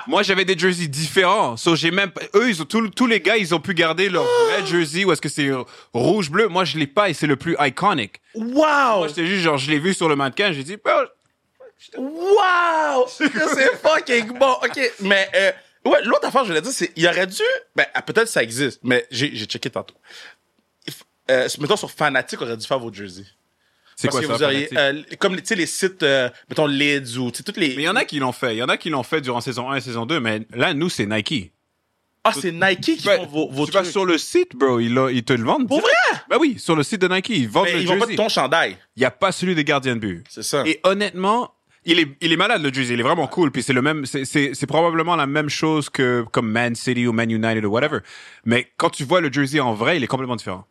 S1: Moi j'avais des jerseys différents. So, j'ai même eux ils ont tous tous les gars ils ont pu garder leur vrai jersey ou est-ce que c'est rouge bleu. Moi je l'ai pas et c'est le plus iconique.
S2: Wow!
S1: Moi j'étais juste genre je l'ai vu sur le mannequin, j'ai dit bah,
S2: Wow! c'est fucking bon. OK, mais euh, ouais, l'autre affaire, je voulais dire, c'est il aurait dû... Ben, ah, peut-être ça existe, mais j'ai j'ai checké tantôt. If- Euh, mettons, sur Fanatic, aurait dû faire vos jerseys.
S1: c'est
S2: Parce
S1: quoi
S2: que
S1: ça
S2: vous auriez,
S1: fanatique?
S2: euh, Comme, tu sais, les sites, euh, mettons, Lids ou, tu sais, toutes les...
S1: Mais il y en a qui l'ont fait, il y en a qui l'ont fait durant saison 1 et saison 2 mais là nous c'est Nike.
S2: ah, c'est Nike qui
S1: Ouais,
S2: font vos, vos
S1: tu vas
S2: trucs.
S1: sur le site bro, ils, l'ont- ils te le vendent.
S2: Pour vrai?
S1: Bah oui, sur le site de Nike, ils vendent
S2: Mais
S1: le
S2: ils vont pas de
S1: jersey.
S2: ton chandail.
S1: Il y a pas celui des gardiens de but.
S2: C'est ça.
S1: Et honnêtement, il est, il est malade le Juice, il est vraiment cool. Puis c'est le même, c'est- c'est c'est probablement la même chose que comme Man City ou Man United ou whatever. Mais quand tu vois le jersey en vrai, il est complètement différent.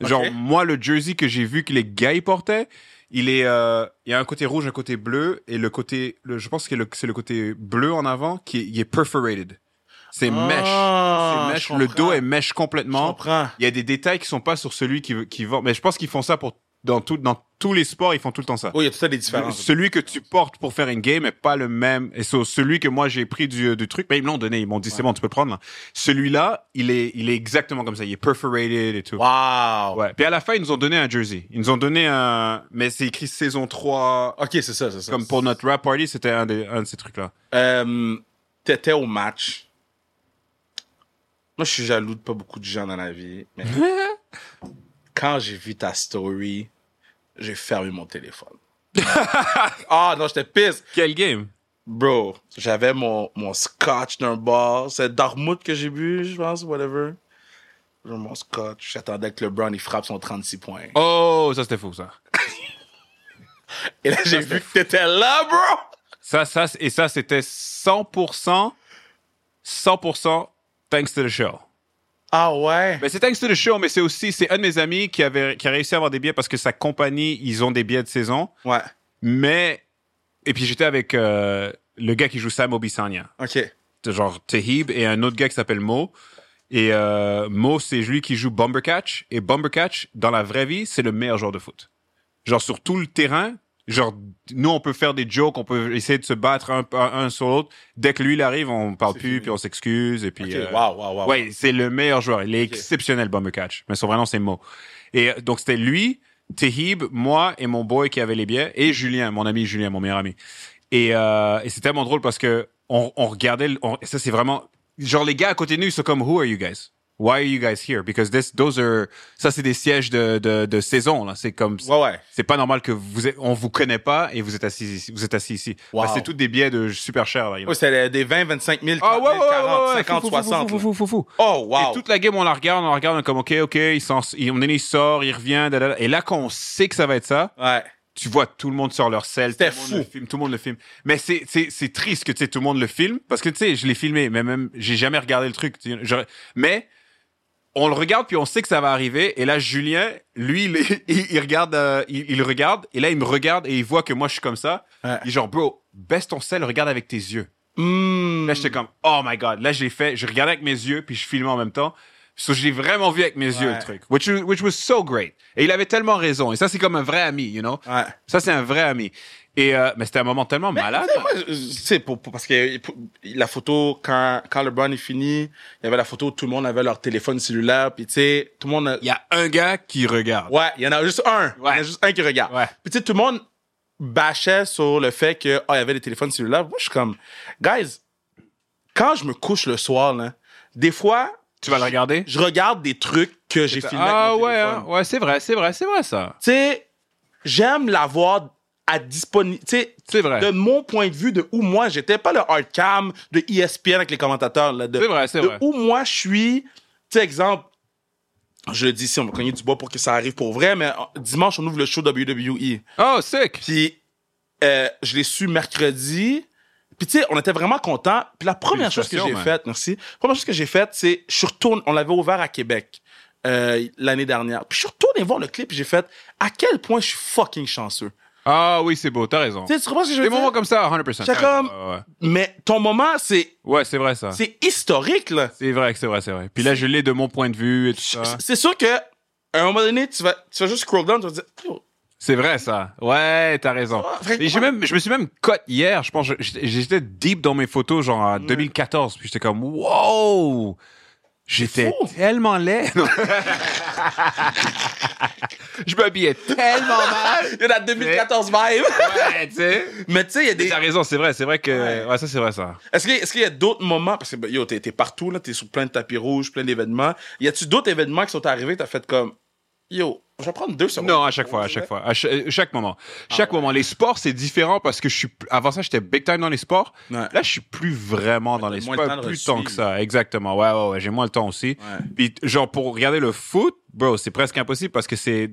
S1: Genre
S2: Ok.
S1: moi le jersey que j'ai vu que les gars ils portaient, il est, euh, il y a un côté rouge, un côté bleu et le côté, le- je pense que le- c'est le côté bleu en avant qui est, il est perforated. C'est
S2: Ah,
S1: mèche, c'est
S2: je
S1: mèche. Le
S2: comprends.
S1: dos est mèche
S2: Je
S1: complètement.
S2: comprends.
S1: Il y a des détails qui sont pas sur celui qui, qui vend. Mais je pense qu'ils font ça pour dans tout, dans tous les sports, ils font tout le temps ça.
S2: Oui, il y a tout ça des
S1: Le-
S2: différences.
S1: Celui que tu portes pour faire une game est pas le même. Et c'est celui que moi j'ai pris du, du truc, mais ils me l'ont donné. Ils m'ont dit c'est bon, tu peux le prendre. là. Celui-là, il est, il est exactement comme ça. Il est perforated et tout.
S2: Wow!
S1: Ouais. Puis à la fin, ils nous ont donné un jersey. Ils nous ont donné un, mais c'est écrit saison 3.
S2: OK, c'est ça, c'est ça.
S1: Comme pour notre rap party, c'était un, des- un de ces trucs-là.
S2: Euh, T'étais au match. Moi, je suis jaloux de pas beaucoup de gens dans la vie. Mais quand j'ai vu ta story, j'ai fermé mon téléphone. ah non, j'étais pisse.
S1: Quel game?
S2: Bro, j'avais mon, mon scotch d'un bar. C'est Dartmouth que j'ai bu, je pense, whatever. J'ai mon scotch. J'attendais que LeBron il frappe son 36 points.
S1: Oh, ça c'était fou, ça.
S2: Et là, j'ai vu que t'étais là, bro!
S1: Ça, ça, et ça c'était 100%, 100% thanks to the show.
S2: Ah ouais?
S1: Mais Ben, c'est thanks to the show, mais c'est aussi, c'est un de mes amis qui, avait, qui a réussi à avoir des billets parce que sa compagnie, ils ont des billets de saison.
S2: Ouais,
S1: Mais, et puis j'étais avec euh, le gars qui joue Sam Obisanya,
S2: ok.
S1: genre Tehib, et un autre gars qui s'appelle Mo. Et euh, Mo, c'est lui qui joue Bombercatch. Et Bombercatch, dans la vraie vie, c'est le meilleur joueur de foot. Genre sur tout le terrain, Genre, nous, on peut faire des jokes, on peut essayer de se battre un, un sur l'autre. Dès que lui, il arrive, on parle
S2: C'est
S1: plus,
S2: fini.
S1: puis on s'excuse, et puis...
S2: Ok,
S1: euh,
S2: wow, wow, wow.
S1: Ouais, c'est le meilleur joueur. Il est
S2: Ok.
S1: exceptionnel, Bomber Catch. Mais son vrai nom, c'est Mo. Et euh, donc, c'était lui, Tehib, moi et mon boy qui avait les billets, et Julien, mon ami Julien, mon meilleur ami. Et, euh, et c'est tellement drôle parce que on, on regardait, le- on- ça c'est vraiment, genre les gars à côté de nous, ils sont comme, who are you guys? Why are you guys here? Because this, those are, ça c'est des sièges de, de, de saison, là. C'est comme,
S2: Ouais, ouais.
S1: c'est pas normal que vous êtes, on vous connaît pas et vous êtes assis ici, vous êtes assis ici.
S2: Wow.
S1: Parce que c'est tous des billets de super chers, là.
S2: Ouais, c'était Oh, des 20, 25 000, 30
S1: Ah
S2: 000, 40, 50,
S1: fou, fou, fou,
S2: 60.
S1: fou,
S2: là.
S1: fou, fou, fou.
S2: Oh, wow.
S1: Et toute la game, on la regarde, on la regarde, on est comme, OK, OK, il s'en, il, on est, il sort, il revient, da, da, da. Et là, quand on sait que ça va être ça,
S2: Ouais.
S1: tu vois tout le monde sur leur selle.
S2: C'était
S1: tout le monde le
S2: fou.
S1: filme, tout le monde le filme. Mais c'est, c'est, c'est triste que, tu sais, tout le monde le filme. Parce que, tu sais, je l'ai filmé, mais même, j'ai jamais regardé le truc. tu sais, j'aurais- Mais, on le regarde, puis on sait que ça va arriver. Et là, Julien, lui, il, est- il, il regarde, euh, il, il regarde. Et là, il me regarde et il voit que moi, je suis comme ça.
S2: Ouais.
S1: Il est genre, bro, baisse ton sel, regarde avec tes yeux.
S2: Hmm.
S1: Là, j'étais comme, oh my god. Là, j'ai fait, je regardais avec mes yeux, puis je filmais en même temps. So, j'ai vraiment vu avec mes yeux
S2: Ouais.
S1: le truc. Which, was- which was so great. Et il avait tellement raison. Et ça, c'est comme un vrai ami, you know?
S2: Ouais.
S1: Ça, c'est un vrai ami. Et, euh, mais c'était un moment tellement malade.
S2: Tu sais, moi, je- je- c'est pour, pour- parce que pour- la photo, quand, quand le burn est fini, il y avait la photo où tout le monde avait leur téléphone cellulaire, puis tu sais, tout le monde... a-
S1: Il y a un gars qui regarde.
S2: Ouais, il y en a juste un. Il y en a
S1: Ouais.
S2: juste un qui regarde.
S1: Ouais.
S2: Puis tu sais, tout le monde bâchait sur le fait que, oh, il y avait des téléphones cellulaires. Moi, je suis comme, guys, quand je me couche le soir, là, des fois,
S1: Tu vas le regarder?
S2: je regarde des trucs que j'ai filmés
S1: Ah
S2: avec mon
S1: ouais,
S2: téléphone.
S1: hein. ouais, c'est vrai, c'est vrai, c'est vrai ça.
S2: Tu sais, j'aime l'avoir à disponible. Tu sais,
S1: C'est vrai.
S2: de mon point de vue, de où moi j'étais, pas le hardcam de E ESPN avec les commentateurs, là, de,
S1: C'est vrai, c'est
S2: de
S1: vrai.
S2: où moi je suis, tu sais, exemple, je le dis ici, on va cogner du bois pour que ça arrive pour vrai, mais euh, dimanche, on ouvre le show E. WWE.
S1: Oh, sick.
S2: Puis, euh, je l'ai su mercredi. Puis, tu sais, on était vraiment contents. Puis, la première chose que j'ai
S1: Félicitations, man.
S2: faite, merci. La première chose que j'ai faite, c'est, je suis retourné, on l'avait ouvert à Québec euh, l'année dernière. Puis, je suis retourné voir le clip et j'ai fait, à quel point je suis fucking chanceux.
S1: Ah oui, c'est beau, t'as raison.
S2: Tu sais, tu comprends ce que je veux
S1: Des
S2: dire?
S1: moments comme ça, 100%.
S2: C'est comme-
S1: Ouais, ouais.
S2: Mais ton moment, c'est,
S1: Ouais, c'est vrai ça.
S2: c'est historique, là.
S1: C'est vrai, que c'est vrai, c'est vrai. Puis là, je l'ai de mon point de vue et tout ça.
S2: C'est sûr que, à un moment donné, tu vas, tu vas juste scroll down, tu vas dire, Yo,
S1: C'est vrai ça. Ouais, t'as raison.
S2: Ah, frère,
S1: Et j'ai même, je me suis même cote hier. Je pense, que j'étais j'étais deep dans mes photos genre
S2: Mm.
S1: en 2014. Puis j'étais comme, wow, j'étais
S2: fou.
S1: tellement laid. Non. je m'habillais tellement mal.
S2: il y a la 2014 vibe.
S1: Ouais, tu sais.
S2: Mais, tu sais, il y a
S1: Mais
S2: des,
S1: T'as raison, c'est vrai, c'est vrai que,
S2: Ouais.
S1: ouais, ça c'est vrai ça.
S2: Est-ce qu'il y, est y a d'autres moments, parce que ben, yo, t'es t'es partout, là, t'es sur plein de tapis rouges, plein d'événements. Y a-tu d'autres événements qui sont arrivés, que t'as fait comme, yo, je vais prendre deux secondes.
S1: Non, à chaque fois, à chaque fois, à cha- euh, chaque moment,
S2: Ah
S1: chaque moment. Les sports c'est différent parce que je suis, p- avant ça j'étais big time dans les sports.
S2: Ouais.
S1: Là, je suis plus vraiment dans les
S2: moins
S1: sports,
S2: le temps de
S1: plus
S2: le
S1: tant que ça, exactement. Ouais, ouais, ouais, j'ai moins le temps aussi.
S2: Ouais.
S1: Puis t- genre pour regarder le foot, bro, c'est presque impossible parce que c'est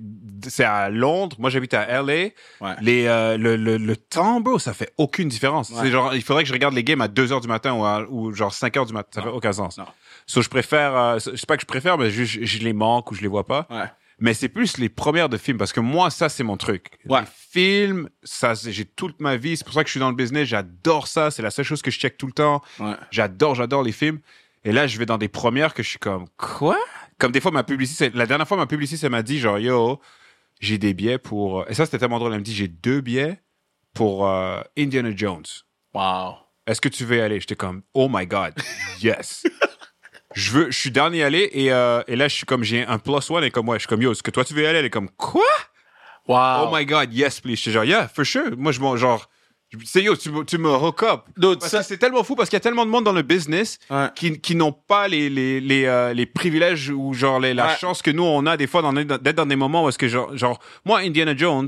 S1: c'est à Londres. Moi, j'habite à LA.
S2: Ouais.
S1: Les euh, le, le, le temps, bro, ça fait aucune différence.
S2: Ouais.
S1: C'est genre il faudrait que je regarde les games à 2 heures du matin ou, à- ou genre 5 heures du matin, ça fait aucun sens.
S2: Non.
S1: So, je préfère euh, c'est pas que je préfère mais je, je, je les manque ou je les vois pas.
S2: Ouais.
S1: Mais c'est plus les premières de films parce que moi ça c'est mon truc.
S2: Ouais.
S1: Les films, ça c'est- j'ai toute ma vie, c'est pour ça que je suis dans le business, j'adore ça, c'est la seule chose que je check tout le temps.
S2: Ouais.
S1: J'adore, j'adore les films. Et là, je vais dans des premières que je suis comme, quoi? Comme des fois, ma publiciste, la dernière fois, ma publiciste, elle m'a dit, genre, yo, j'ai des billets pour, euh, et ça, c'était tellement drôle, elle me dit, j'ai deux billets pour euh, Indiana Jones.
S2: Wow.
S1: Est-ce que tu veux y aller? J'étais comme, oh my god, yes. je veux, je suis down y aller, et, euh, et là, je suis comme, j'ai un plus one, et comme, ouais, je suis comme, yo, est-ce que toi, tu veux y aller? Elle est comme, quoi?
S2: Wow.
S1: Oh my god, yes, please. J'étais genre, yeah, for sure. Moi, je m'en, genre, tu sais, yo, tu, me- tu me hook up.
S2: Dude,
S1: Parce
S2: ça-
S1: que c'est tellement fou parce qu'il y a tellement de monde dans le business
S2: Ouais.
S1: qui, qui n'ont pas les, les, les, euh, les privilèges ou genre les- la
S2: Ouais.
S1: chance que nous on a des fois d'en être- d'être dans des moments où est-ce que genre, genre moi Indiana Jones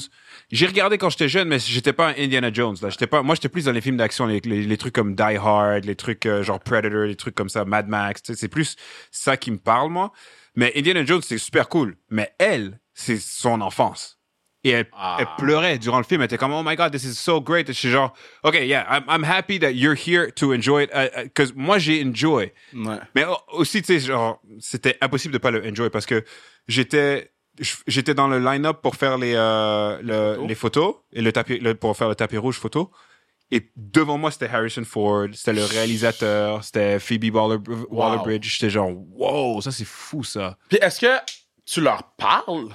S1: j'ai regardé quand j'étais jeune mais j'étais pas un Indiana Jones là j'étais pas moi j'étais plus dans les films d'action les, les, les trucs comme Die Hard les trucs euh, genre Predator les trucs comme ça Mad Max tu sais, c'est plus ça qui me parle moi mais Indiana Jones c'est super cool mais elle c'est son enfance et elle,
S2: Ah.
S1: elle pleurait durant le film. Elle était comme, oh my god, this is so great. Et je suis genre, OK, yeah, I'm, I'm happy that you're here to enjoy it. Uh, uh, Cause moi, j'ai enjoy.
S2: Ouais.
S1: Mais au- aussi, tu sais, genre, c'était impossible de pas le enjoy parce que j'étais, je- j'étais dans le line-up pour faire les, euh, le-
S2: photos.
S1: les photos et le tapis, le- pour faire le tapis rouge photo. Et devant moi, c'était Harrison Ford, c'était le réalisateur, c'était Phoebe Waller, Waller-Bridge. J'étais genre, wow, ça c'est fou ça.
S2: Puis est-ce que tu leur parles?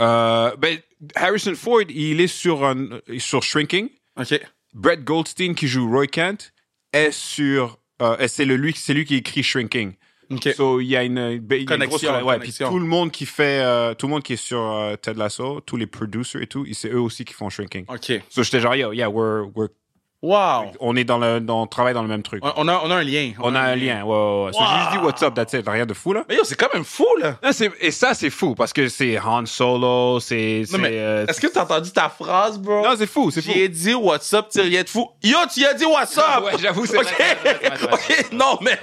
S1: Euh, ben, Harrison Ford, il est sur, un- sur Shrinking.
S2: OK.
S1: Brett Goldstein, qui joue Roy Kent, est sur. euh, et c'est le- lui, c'est lui qui écrit Shrinking.
S2: OK.
S1: So, il y a une, ben, il y a une grosse
S2: Connexion,
S1: ouais, puis
S2: connexion.
S1: tout le monde qui fait, euh, tout le monde qui est sur euh, Ted Lasso, tous les producers et tout, ils- c'est eux aussi qui font Shrinking.
S2: OK.
S1: So, j'étais genre, yo, yeah, we're, we're-
S2: Wow!
S1: on est dans le, dans- on travaille dans le même truc.
S2: On on a, on a un lien.
S1: On a un lien, ouais, ouais, ouais. So,
S2: Wow.
S1: j'ai juste dit what's up, that's it, rien de fou là.
S2: Mais yo, c'est quand même fou, là!
S1: Non, Ah, c'est- et ça, c'est fou parce que c'est Han Solo, c'est. c'est,
S2: Non, mais
S1: euh,
S2: est-ce que t'as entendu ta phrase, bro?
S1: non, c'est fou, c'est fou.
S2: J'ai dit what's up, tu rien de fou. Yo, tu as dit what's up!
S1: Ouais, j'avoue, c'est
S2: OK!
S1: vrai, c'est vrai, c'est vrai, c'est vrai.
S2: OK, non, mais...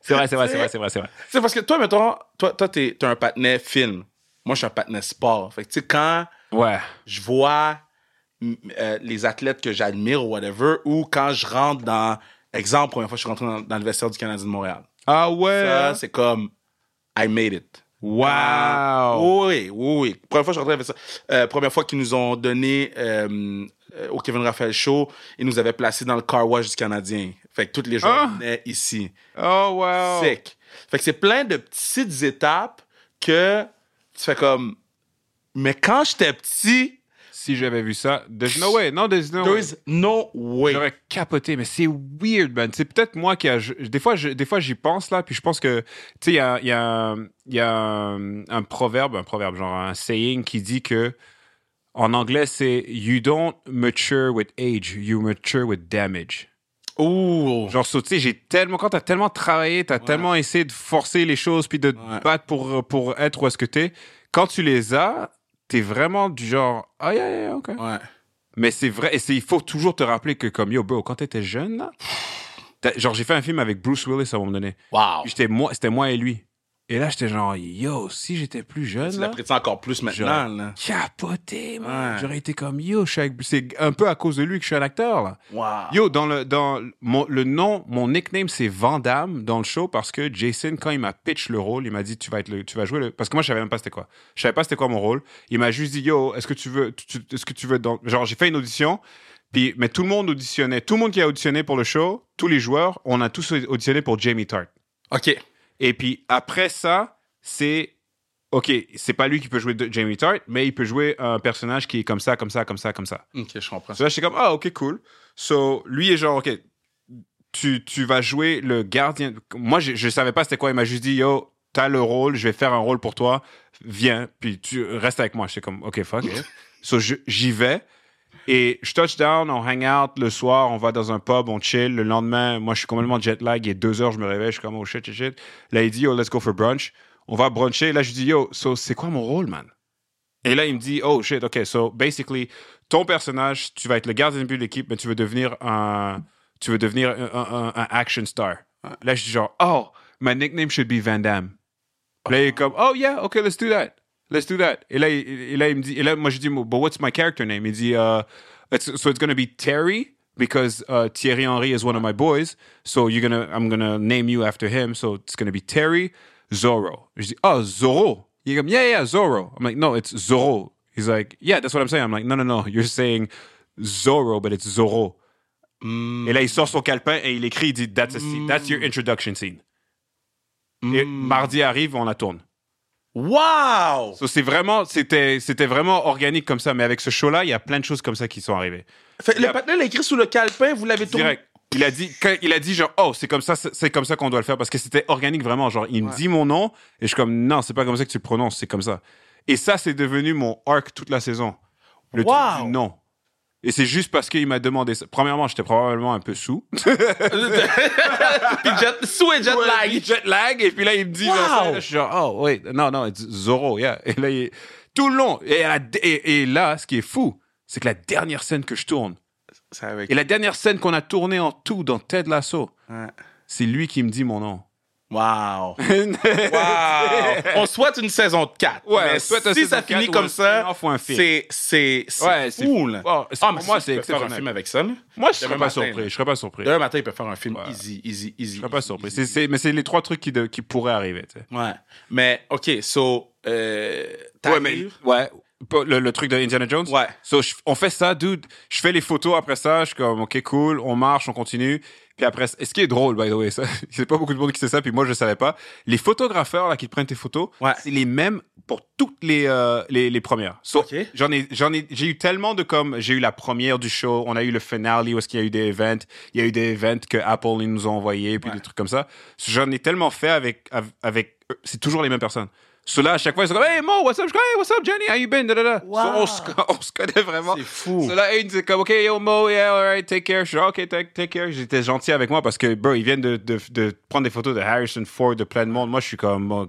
S1: C'est vrai, c'est vrai, c'est vrai, c'est vrai, c'est vrai.
S2: C'est parce que toi, mettons, toi, toi t'es, t'es un patinet film. Moi, je suis un patinet sport. Fait que, tu sais, quand
S1: Ouais.
S2: je vois mm, euh, les athlètes que j'admire ou whatever, ou quand je rentre dans... Exemple, première fois que je suis rentré dans, dans le vestiaire du Canadien de Montréal.
S1: Ah ouais.
S2: Ça, c'est comme... I made it.
S1: wow.
S2: Oui, oui, oui. Première fois, que je rentrais avec ça. Euh, première fois qu'ils nous ont donné euh, euh, au Kevin Raphaël Show, ils nous avaient placés dans le car wash du Canadien. Fait que tous les joueurs
S1: Ah.
S2: venaient ici.
S1: Oh wow.
S2: Sick. Fait que c'est plein de petites étapes que tu fais comme. Mais quand j'étais petit,
S1: Si j'avais vu ça, there's no way. Non, there's no way.
S2: there's no way.
S1: Ah J'aurais capoté, mais c'est weird, man. C'est peut-être moi qui a. je- Des fois, je- des fois, j'y pense là, puis je pense que, tu sais, il y a, il y a un- il y a un, un proverbe, un proverbe, genre un saying qui dit que, en anglais, c'est You don't mature with age, you mature with damage.
S2: Ouh.
S1: Genre, so, tu sais, j'ai tellement, quand t'as tellement travaillé, t'as tellement essayé de forcer les choses, puis de te
S2: Ouais.
S1: battre pour, pour être où est-ce que t'es, quand tu les as, t'es vraiment du genre, ah, yeah, yeah, yeah, ok.
S2: Ouais.
S1: Mais c'est vrai, et c'est- il faut toujours te rappeler que comme yo, bro, quand t'étais jeune, là, t'as- genre j'ai fait un film avec Bruce Willis à un moment donné.
S2: Wow.
S1: Puis j'étais moi, c'était moi et lui. Et là, j'étais genre yo, si j'étais plus jeune,
S2: Tu
S1: là,
S2: l'apprécies encore plus maintenant, là.
S1: capoté, man.
S2: Ouais.
S1: j'aurais été comme yo, je suis avec- c'est un peu à cause de lui que je suis un acteur là.
S2: Wow.
S1: Yo, dans le dans mon- le nom, mon nickname c'est Van Damme dans le show parce que Jason quand il m'a pitch le rôle, il m'a dit tu vas être le, tu vas jouer le parce que moi je savais même pas c'était quoi. Je savais pas c'était quoi mon rôle. Il m'a juste dit yo, est-ce que tu veux tu- tu- est-ce que tu veux dans genre j'ai fait une audition puis mais tout le monde auditionnait, tout le monde qui a auditionné pour le show, tous les joueurs, on a tous auditionné pour Jamie Tart.
S2: OK.
S1: Et puis après ça, c'est OK, c'est pas lui qui peut jouer de- Jamie Tart, mais il peut jouer un personnage qui est comme ça, comme ça, comme ça, comme ça.
S2: OK, je comprends.
S1: So là, j'étais comme, ah, ok, cool. So, lui est genre, ok, tu, tu vas jouer le gardien. Moi, je, je savais pas c'était quoi. Il m'a juste dit, yo, t'as le rôle, je vais faire un rôle pour toi. Viens, puis tu restes avec moi. J'étais comme, ok, fuck. it. so, je- j'y vais. Et je touchdown, on hang out le soir, on va dans un pub, on chill. Le lendemain, moi, je suis complètement jet lag. Et deux heures, je me réveille, je suis comme, oh shit, shit, shit. Là, il dit, yo, let's go for brunch. On va bruncher. Là, je dis, yo, so, c'est quoi mon rôle, man? Et là, il me dit, oh shit, ok, so basically, ton personnage, tu vas être le gardien de but de l'équipe, mais tu veux devenir un, tu veux devenir un, un- un- un action star. Là, je dis genre, oh, my nickname should be Van Damme. Là, il est comme, oh yeah, ok, let's do that. Let's do that. Et là, il, et là, il me dit, et là, moi, je dis, but what's my character name? Il dit, uh, it's- so it's gonna be Terry, because uh, Thierry Henry is one of my boys, so you're gonna, I'm gonna name you after him, so it's gonna be Terry Zorro. Je dis, oh, Zorro. Il est comme, yeah, yeah, Zorro. I'm like, no, it's Zorro. He's like, yeah, that's what I'm saying. I'm like, no, no, no, you're saying Zorro, but it's Zorro. Et là, il sort son calepin et il écrit, il dit, that's, a scene. that's your introduction scene. Et mardi arrive, on la tourne.
S2: Wow!
S1: So, c'est vraiment, c'était, c'était vraiment organique comme ça. Mais avec ce show-là, il y a plein de choses comme ça qui sont arrivées.
S2: Fait, le
S1: Yep.
S2: patin l'a écrit sous le calepin, vous l'avez tourné.
S1: Direct. Il a dit, quand il a dit genre, oh, c'est comme ça, c'est c'est comme ça qu'on doit le faire parce que c'était organique vraiment. Genre, il me dit mon nom et je suis comme, non, c'est pas comme ça que tu le prononces, c'est comme ça. Et ça, c'est devenu mon arc toute la saison. Le truc
S2: Wow.
S1: du nom. Et c'est juste parce qu'il m'a demandé ça. Premièrement, j'étais probablement un peu sous.
S2: Puis jet, sous et jet lag.
S1: Puis jet lag. Et puis là, il me dit,
S2: Wow.
S1: genre, ça, là, je suis genre, oh, wait, non, non, it's Zorro, yeah. Et là, il- tout le long. Et, à la- et- et là, ce qui est fou, c'est que la dernière scène que je tourne,
S2: C'est avec.
S1: et la dernière scène qu'on a tournée en tout dans Ted Lasso,
S2: Ouais.
S1: c'est lui qui me dit mon nom.
S2: Wow. Wow. On souhaite une saison 4.
S1: Ouais,
S2: mais
S1: on souhaite une
S2: si
S1: saison
S2: ça finit
S1: 4
S2: comme
S1: ou un
S2: ça,
S1: spin-off ou un film.
S2: c'est c'est c'est
S1: Ouais, c'est
S2: fou. là.
S1: Oh, c'est-
S2: Ah,
S1: pour
S2: mais
S1: moi,
S2: ça,
S1: c'est
S2: ils peuvent faire un
S1: exceptionnel.
S2: film avec ça. là.
S1: Moi, je serais
S2: Demain
S1: pas
S2: matin,
S1: surpris.
S2: là.
S1: Je serais pas surpris.
S2: Demain matin, ils peuvent faire un film
S1: Ouais.
S2: easy, easy, easy.
S1: Je serais pas surpris. C'est- c'est- mais c'est les trois trucs qui, de- qui pourraient arriver. tu sais.
S2: Ouais. Mais OK, so euh,
S1: Ouais, mais
S2: t'arrives.
S1: ouais. Pas- Le, le truc de Indiana Jones.
S2: Ouais.
S1: So, je- on fait ça, dude. Je fais les photos après ça. Je suis comme, ok, cool. On marche, on continue. Puis après, ce qui est drôle, by the way, ça, c'est pas beaucoup de monde qui sait ça, puis moi, je savais pas. Les photographeurs, là, qui te prennent tes photos,
S2: Ouais.
S1: c'est les mêmes pour toutes les, euh, les, les premières. So,
S2: Ok.
S1: J'en ai, j'en ai, j'ai eu tellement de comme, j'ai eu la première du show, on a eu le finale où est-ce qu'il y a eu des events, il y a eu des events que Apple ils nous ont envoyés, puis
S2: Ouais.
S1: des trucs comme ça. So, J'en ai tellement fait avec, av- avec, eux. c'est toujours les mêmes personnes. Ceux-là, à chaque fois, ils sont comme, hey Mo, what's up, Je suis comme, hey, what's up, Jenny, how you been, da, da, da. So,
S2: Wow.
S1: on, se, on se connaît vraiment.
S2: C'est fou.
S1: Ceux-là, ils disaient comme, OK, yo, Mo, yeah, alright, take care. Je suis, OK, take, take care. J'étais gentil avec moi parce que, bro, ils viennent de, de, de prendre des photos de Harrison Ford, de plein de monde. Moi, je suis comme, oh,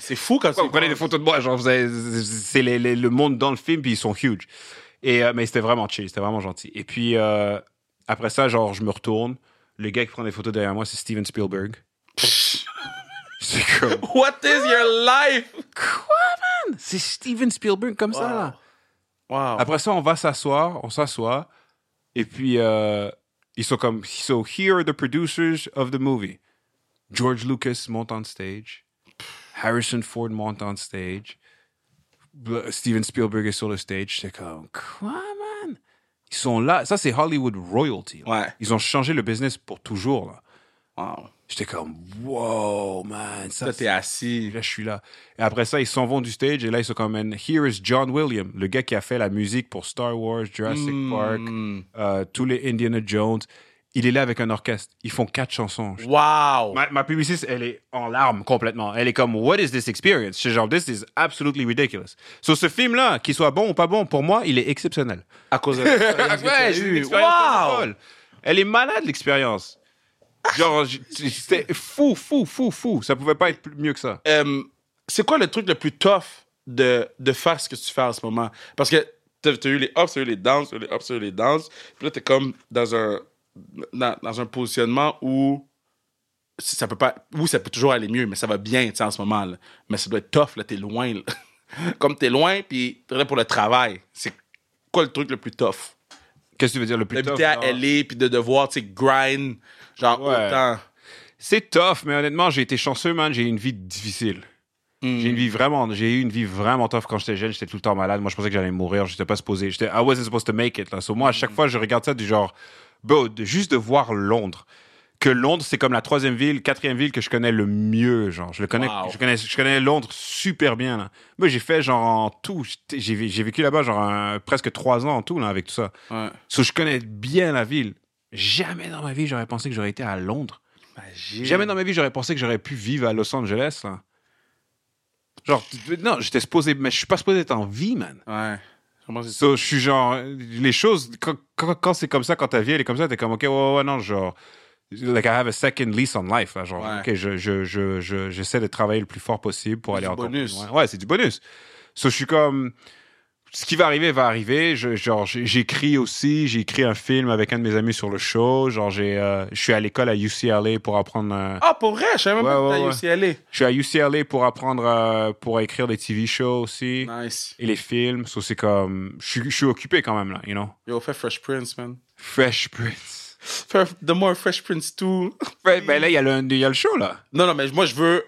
S2: C'est fou comme ça.
S1: pourquoi vous prenez des photos de moi? Genre, vous avez- c'est les- les- le monde dans le film, puis ils sont huge. Et, euh, mais c'était vraiment chill, c'était vraiment gentil. Et puis, euh, après ça, genre, je me retourne. Le gars qui prend des photos derrière moi, c'est Steven Spielberg. c'est comme...
S2: What is your life?
S1: Quoi, man? C'est Steven Spielberg comme ça, là.
S2: Wow.
S1: Après ça, on va s'asseoir, on s'assoit, et puis euh, ils sont comme So here are the producers of the movie. George Lucas monte on stage, Harrison Ford monte on stage, Bl- Steven Spielberg est sur le stage. C'est comme quoi, man? Ils sont là. Ça, c'est Hollywood royalty. là.
S2: Ouais.
S1: Ils ont changé le business pour toujours. là.
S2: Wow.
S1: J'étais comme wow, man. Ça,
S2: Là, t'es assis.
S1: et là, je suis là. Et après ça, ils s'en vont du stage et là, ils sont comme, And here is John William, le gars qui a fait la musique pour Star Wars, Jurassic Park,
S2: Mm.
S1: euh, tous les Indiana Jones. Il est là avec un orchestre. Ils font quatre chansons. Je-
S2: Wow.
S1: Ma, ma publiciste, elle est en larmes complètement. Elle est comme, What is this experience? Je suis genre, This is absolutely ridiculous. So, ce film-là, qu'il soit bon ou pas bon, pour moi, il est exceptionnel.
S2: À cause de
S1: Ouais, j'ai eu une expérience
S2: Wow.
S1: folle. Elle est malade, l'expérience. Genre, j- c'était fou, fou, fou, fou. Ça pouvait pas être plus- mieux que ça.
S2: Euh, c'est quoi le truc le plus tough de, de faire ce que tu fais en ce moment? Parce que t'as t'as eu les ups, t'as eu les downs, t'as eu les ups, t'as eu les downs. Puis là, t'es comme dans un, dans, dans un positionnement où ça peut pas... Où ça peut toujours aller mieux, mais ça va bien, tu sais, en ce moment. là. Mais ça doit être tough, là, t'es loin. là. comme t'es loin, puis t'es là pour le travail. C'est quoi le truc le plus tough?
S1: Qu'est-ce que tu veux dire le plus tough,
S2: D'habiter à
S1: genre?
S2: LA, puis de devoir, tu sais, grind, genre,
S1: Ouais.
S2: autant...
S1: C'est tough, mais honnêtement, j'ai été chanceux, man. J'ai eu une vie difficile.
S2: Hmm.
S1: J'ai une
S2: Mm.
S1: vie vraiment, j'ai eu une vie vraiment tough quand j'étais jeune. J'étais tout le temps malade. Moi, je pensais que j'allais mourir. J'étais pas supposé. J'étais, I wasn't supposed to make it. Là. So, moi, à chaque fois, je regarde ça du genre, bro, de- juste de voir Londres. Que Londres, c'est comme la troisième ville, quatrième ville que je connais le mieux, genre. Je le connais,
S2: Wow.
S1: je connais, je connais Londres super bien, là. Moi, j'ai fait, genre, en tout. J'étais- J'ai, vé- j'ai vécu là-bas, genre, un- presque trois ans en tout, là, avec tout ça.
S2: Ouais.
S1: So, je connais bien la ville. Jamais dans ma vie, j'aurais pensé que j'aurais été à Londres. Jamais dans ma vie, j'aurais pensé que j'aurais pu vivre à Los Angeles. là. Genre, tu- non, j'étais supposé, mais je suis pas supposé être en vie, man.
S2: Ouais. Comment c'est ça?
S1: So, je suis genre, les choses, quand, quand- quand c'est comme ça, quand ta vie elle est comme ça, t'es comme, ok, ouais, ouais, ouais, non, genre, like I have a second lease on life. là, genre,
S2: Ouais.
S1: ok, je- je- je- je- j'essaie de travailler le plus fort possible pour
S2: C'est
S1: aller
S2: du
S1: encore
S2: bonus.
S1: plus loin. Ouais, c'est du bonus. So, je suis comme, ce qui va arriver va arriver. Je- genre, j'ai- j'écris aussi, j'ai écrit un film avec un de mes amis sur le show. Genre, j'ai, euh, je suis à l'école à UCLA pour apprendre. euh,
S2: Ah, pour vrai, je savais même
S1: Ouais,
S2: pas
S1: ouais,
S2: que
S1: ouais.
S2: t'allais aussi
S1: je suis à UCLA pour apprendre, euh, pour écrire des TV shows aussi
S2: aller. Nice.
S1: et les films. So c'est comme, je suis- je suis occupé quand même là, you know.
S2: Yo, fais Fresh Prince, man.
S1: Fresh Prince.
S2: Fais The More Fresh Prince 2.
S1: Ouais, ben là il y, a le- il y a le show là.
S2: Non, non, mais moi, je veux.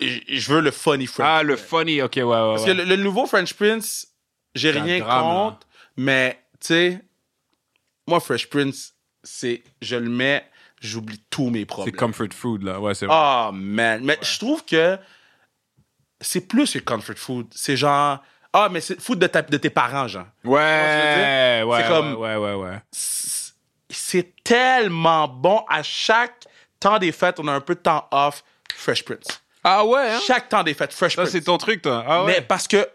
S2: Je je veux le funny French.
S1: Ah le funny, ok ouais ouais.
S2: Parce
S1: ouais.
S2: que le, le nouveau French Prince, j'ai
S1: C'est un
S2: rien
S1: drame,
S2: contre, mais tu sais, moi, Fresh Prince, c'est. Je le mets, j'oublie tous mes
S1: C'est
S2: problèmes.
S1: comfort food là, ouais c'est. vrai.
S2: Ah, man. Mais je trouve que c'est plus que comfort food. C'est genre. Ah, mais c'est food de, ta- de tes parents, genre.
S1: ouais, ouais,
S2: c'est
S1: ouais,
S2: comme-
S1: ouais ouais ouais.
S2: c'est- c'est tellement bon. À chaque temps des fêtes, on a un peu de temps off. Fresh Prince.
S1: Ah ouais. Hein?
S2: Chaque temps des fêtes, Fresh
S1: Ça
S2: Prince.
S1: c'est ton truc toi. Ah
S2: Mais
S1: ouais.
S2: parce que,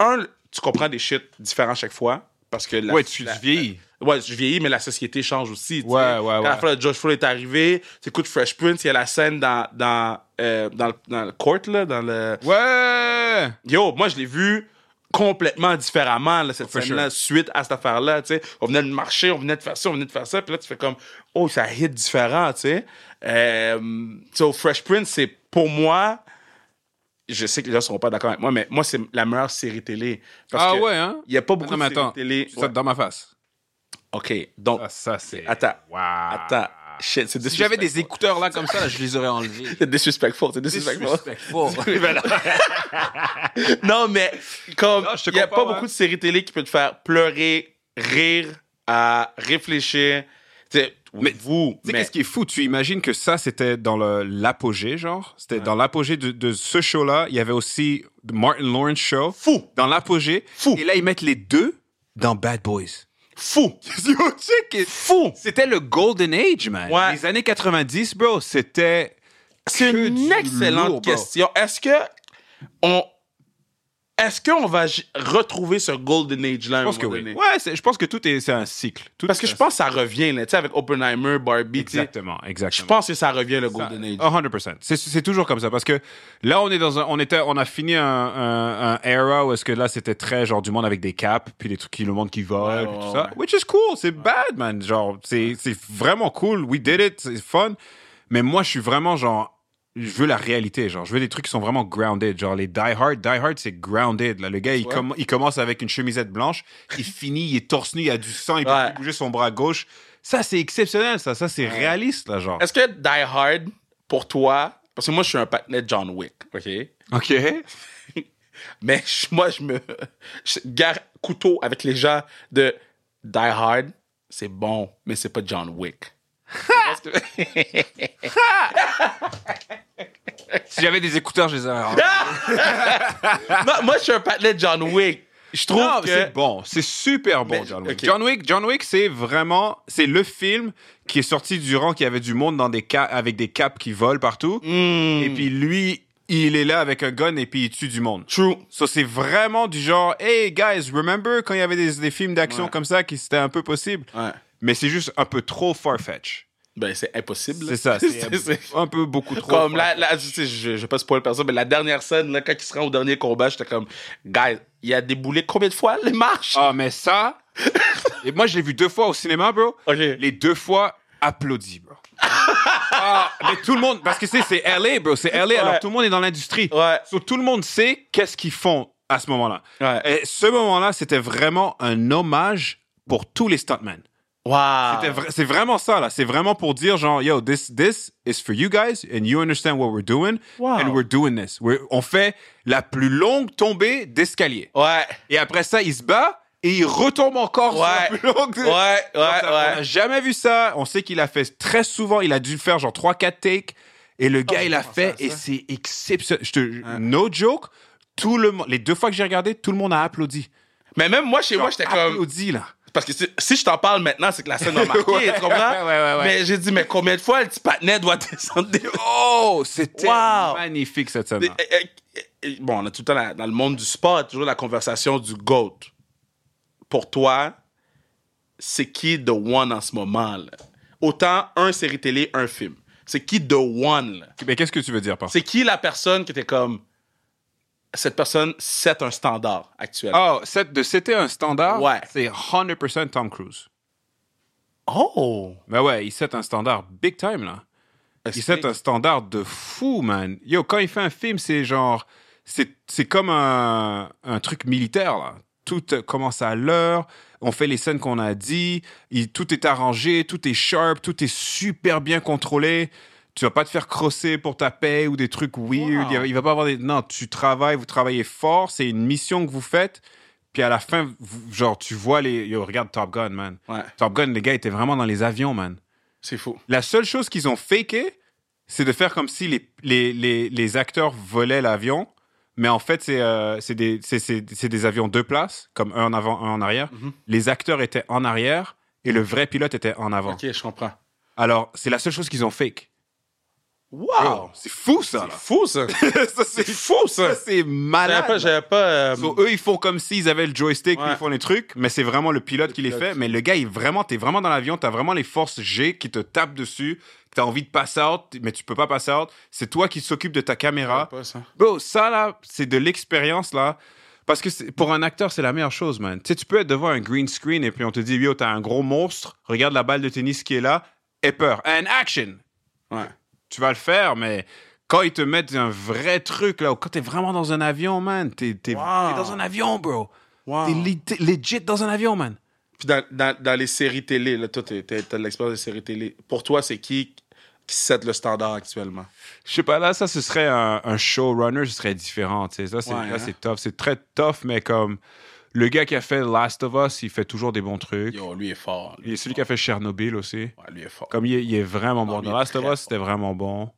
S2: un, tu comprends des shit différents chaque fois. Parce que la-
S1: ouais tu,
S2: la-
S1: tu vieillis.
S2: Ouais, je vieillis, mais la société change aussi. tu
S1: Ouais, ouais,
S2: sais. Quand la
S1: ouais.
S2: fois de Josh Full est arrivé, tu écoutes Fresh Prince, il y a la scène dans, dans, euh, dans, le, dans le court, là, dans le...
S1: Ouais.
S2: Yo, moi, je l'ai vu complètement différemment, là, cette
S1: For
S2: scène-là, suite à cette affaire-là, tu sais. On venait de marcher, on venait de faire ça, on venait de faire ça, puis là, tu fais comme, oh, ça hit différent, tu sais. Euh, tu sais, au Fresh Prince, c'est pour moi, je sais que les gens seront pas d'accord avec moi, mais moi, c'est la meilleure série télé. Parce
S1: Ah
S2: que
S1: ouais hein.
S2: Il n'y a pas beaucoup
S1: Non mais
S2: de séries
S1: attends,
S2: télé.
S1: ça
S2: Ouais.
S1: dans ma face.
S2: OK, donc,
S1: Ah, ça c'est.
S2: Attends.
S1: Wow.
S2: attends, shit, c'est
S1: Si j'avais des
S2: disrespectful.
S1: écouteurs là comme ça, là, je les aurais enlevés.
S2: C'est disrespectful, c'est disrespectful.
S1: Disrespectful.
S2: non, mais comme
S1: ben Non, je te
S2: il n'y a
S1: comprends, hein.
S2: pas
S1: ouais.
S2: beaucoup de séries télé qui peut te faire pleurer, rire, à réfléchir. Tu sais,
S1: Mais Tu
S2: vous,
S1: sais,
S2: mais-
S1: qu'est-ce qui est fou? Tu imagines que ça, c'était dans le- l'apogée, genre? C'était dans l'apogée de, de ce show-là. Il y avait aussi The Martin Lawrence Show.
S2: fou,
S1: Dans l'apogée.
S2: fou,
S1: Et là, ils mettent les deux dans Bad Boys.
S2: fou,
S1: Yo, tu sais que-
S2: fou.
S1: C'était le Golden Age, man.
S2: Ouais.
S1: Les années 90, bro, c'était.
S2: C'est
S1: que
S2: une
S1: du
S2: excellente
S1: lourd, bro.
S2: question. Est-ce que on est-ce qu'on va j- retrouver ce golden age là
S1: Je pense que oui. Ouais, c'est- je pense que tout est. C'est un cycle. Tout
S2: Parce que je pense que ça revient là, tu sais avec Oppenheimer, Barbie, tu sais.
S1: Exactement,
S2: Je
S1: exactement.
S2: pense que ça revient le golden age.
S1: Ça, 100%. C'est- C'est toujours comme ça parce que là on est dans un, on était, on a fini un, un, un era où est-ce que là c'était très genre du monde avec des caps puis des trucs qui le monde qui vole
S2: Ouais,
S1: puis
S2: ouais,
S1: tout ça.
S2: ouais.
S1: Which is cool, c'est bad man, genre c'est c'est vraiment cool. We did it, c'est fun. Mais moi je suis vraiment genre je veux la réalité, genre je veux des trucs qui sont vraiment grounded, genre les Die Hard, Die Hard c'est grounded là. Le gars il,
S2: Ouais.
S1: comm- il commence avec une chemisette blanche, il finit, il est torse nu, il a du sang, il peut
S2: Ouais.
S1: plus bouger son bras gauche. Ça c'est exceptionnel, ça, ça c'est réaliste là genre.
S2: Est-ce que Die Hard pour toi parce que moi je suis un patinet de John Wick, OK
S1: Ok.
S2: Mais je- moi je me je garde couteau avec les gens de Die Hard, c'est bon, mais c'est pas John Wick. Parce que-
S1: Si j'avais des écouteurs, je les aurais.
S2: moi, moi, je suis un patinet de John Wick. Je trouve
S1: Non,
S2: que.
S1: c'est bon, c'est super bon
S2: Mais-
S1: John Wick.
S2: ok.
S1: John Wick, John Wick, c'est vraiment, c'est le film qui est sorti durant qu'il y avait du monde dans des ca- avec des capes qui volent partout,
S2: Hmm,
S1: et puis lui, il est là avec un gun et puis il tue du monde.
S2: True.
S1: So, c'est vraiment du genre, hey guys, remember quand il y avait des, des films d'action
S2: Ouais.
S1: comme ça qui c'était un peu possible,
S2: Ouais.
S1: mais c'est juste un peu trop far-fetch.
S2: Ben, c'est impossible.
S1: C'est ça, c'est
S2: c'est-
S1: un peu beaucoup trop.
S2: Comme
S1: far-fetched.
S2: là, là, tu sais, je, je vais pas spoiler personne, mais la dernière scène, là, quand il se rend au dernier combat, j'étais comme, guys, il a déboulé combien de fois les marches?
S1: Ah, mais ça, et moi je l'ai vu deux fois au cinéma, bro.
S2: Ok.
S1: les deux fois applaudis, bro. Ah, mais tout le monde, parce que c'est c'est LA, bro, c'est LA, alors tout le monde est dans l'industrie.
S2: Ouais.
S1: So, tout le monde sait qu'est-ce qu'ils font à ce moment-là. Et
S2: Ouais.
S1: ce moment-là, c'était vraiment un hommage pour tous les stuntmen.
S2: Wow.
S1: C'était vra- C'est vraiment ça, là. C'est vraiment pour dire, genre, yo, this, this is for you guys, and you understand what we're doing,
S2: Wow.
S1: and we're doing this. We're- on fait la plus longue tombée d'escalier.
S2: Ouais.
S1: Et après ça, il se bat, et il retombe encore sur la
S2: Ouais.
S1: plus longue
S2: Ouais, ouais,
S1: donc, ça, On
S2: ouais.
S1: n'a jamais vu ça. On sait qu'il a fait très souvent. Il a dû le faire genre 3-4 takes. Et le gars,
S2: j'ai
S1: il a
S2: pas
S1: fait.
S2: pensé à
S1: Et
S2: Oh, ça.
S1: c'est exceptionnel. Je te- No joke. Tout le monde, les deux fois que j'ai regardé, tout le monde a applaudi.
S2: Mais même moi, chez moi,
S1: Genre,
S2: j'étais comme.
S1: Applaudi, là.
S2: Parce que si, si je t'en parle maintenant, c'est que la scène a marqué,
S1: Ouais,
S2: tu
S1: ouais,
S2: comprends?
S1: ouais, ouais.
S2: Mais j'ai dit, mais combien de fois le petit patinet doit descendre des
S1: Oh, c'était
S2: Wow.
S1: magnifique cette
S2: Mais,
S1: scène.
S2: eh, eh, eh, Bon, on a tout le temps la- dans le monde du sport, toujours la conversation du GOAT. Pour toi, c'est qui The One en ce moment? là? Autant un série télé, un film. C'est qui The One? là?
S1: Mais qu'est-ce que tu veux dire par ça?
S2: C'est qui la personne qui était comme. Cette personne, c'est un standard actuel.
S1: Oh, cette- de c'était un standard.
S2: Ouais.
S1: C'est 100% Tom Cruise.
S2: Oh!
S1: Mais Ben ouais, il set un standard big time, là. Il set un standard de fou, man. Yo, quand il fait un film, c'est genre. C'est c'est comme un, un truc militaire, là. Tout euh, commence à l'heure, on fait les scènes qu'on a dit, il- tout est arrangé, tout est sharp, tout est super bien contrôlé. Tu vas pas te faire crosser pour ta paix ou des trucs weird.
S2: Wow.
S1: Il, va- il va pas avoir des. Non, tu travailles, vous travaillez fort, c'est une mission que vous faites. Puis à la fin, vous- genre, tu vois les. Yo, regarde Top Gun, man.
S2: Ouais,
S1: Top Gun, les gars étaient vraiment dans les avions, man.
S2: c'est fou.
S1: La seule chose qu'ils ont faké, c'est de faire comme si les, les, les, les acteurs volaient l'avion, mais en fait, c'est euh, c'est des, c'est- c'est- c'est des avions deux places, comme un en avant, un en arrière.
S2: Mhm.
S1: Les acteurs étaient en arrière et le vrai pilote était en avant.
S2: Ok, je comprends.
S1: Alors, c'est la seule chose qu'ils ont fake.
S2: Wow!
S1: C'est fou, ça!
S2: C'est
S1: là.
S2: fou, ça!
S1: ça c'est
S2: C'est fou,
S1: ça,
S2: ça!
S1: c'est malade!
S2: J'avais pas. j'avais pas, euh,
S1: So, eux, ils font comme s'ils avaient le joystick, puis
S2: Ouais.
S1: ils font les trucs, mais c'est vraiment le pilote qui les
S2: pilote.
S1: fait. Mais le gars, il est vraiment, t'es vraiment dans l'avion, t'as vraiment les forces G qui te tapent dessus, t'as envie de pass out, mais tu peux pas pass out. C'est toi qui s'occupe de ta
S2: j'avais
S1: caméra.
S2: pas ça.
S1: Bro, ça là, c'est de l'expérience là. Parce que c'est- pour un acteur, c'est la meilleure chose, man. Tu sais, tu peux être devant un green screen et puis on te dit, yo, t'as un gros monstre, regarde la balle de tennis qui est là, aie peur. And action!
S2: Ouais.
S1: tu vas le faire, mais quand ils te mettent un vrai truc, là, ou quand t'es vraiment dans un avion, man, t'es t'es-
S2: Wow.
S1: t'es dans un avion, bro.
S2: Wow.
S1: T'es li- t'es legit dans un avion, man.
S2: Puis dans, dans, dans les séries télé, là, toi, t'es- t'es- t'as de l'expérience des séries télé. Pour toi, c'est qui qui set le standard actuellement?
S1: Je sais pas, là, ça, ce serait un, un showrunner, ce serait différent, tu sais. Ça, c'est
S2: Ouais,
S1: là,
S2: hein.
S1: c'est tough. C'est très tough, mais comme Le gars qui a fait Last of Us, il fait toujours des bons trucs.
S2: Yo, lui est fort.
S1: Il
S2: Lui,
S1: est celui qui a fait Chernobyl aussi.
S2: Ouais, lui est fort.
S1: Comme il est, il est vraiment
S2: Ah,
S1: bon.
S2: lui,
S1: Dans
S2: il est
S1: Last of
S2: très
S1: Us, c'était vraiment bon.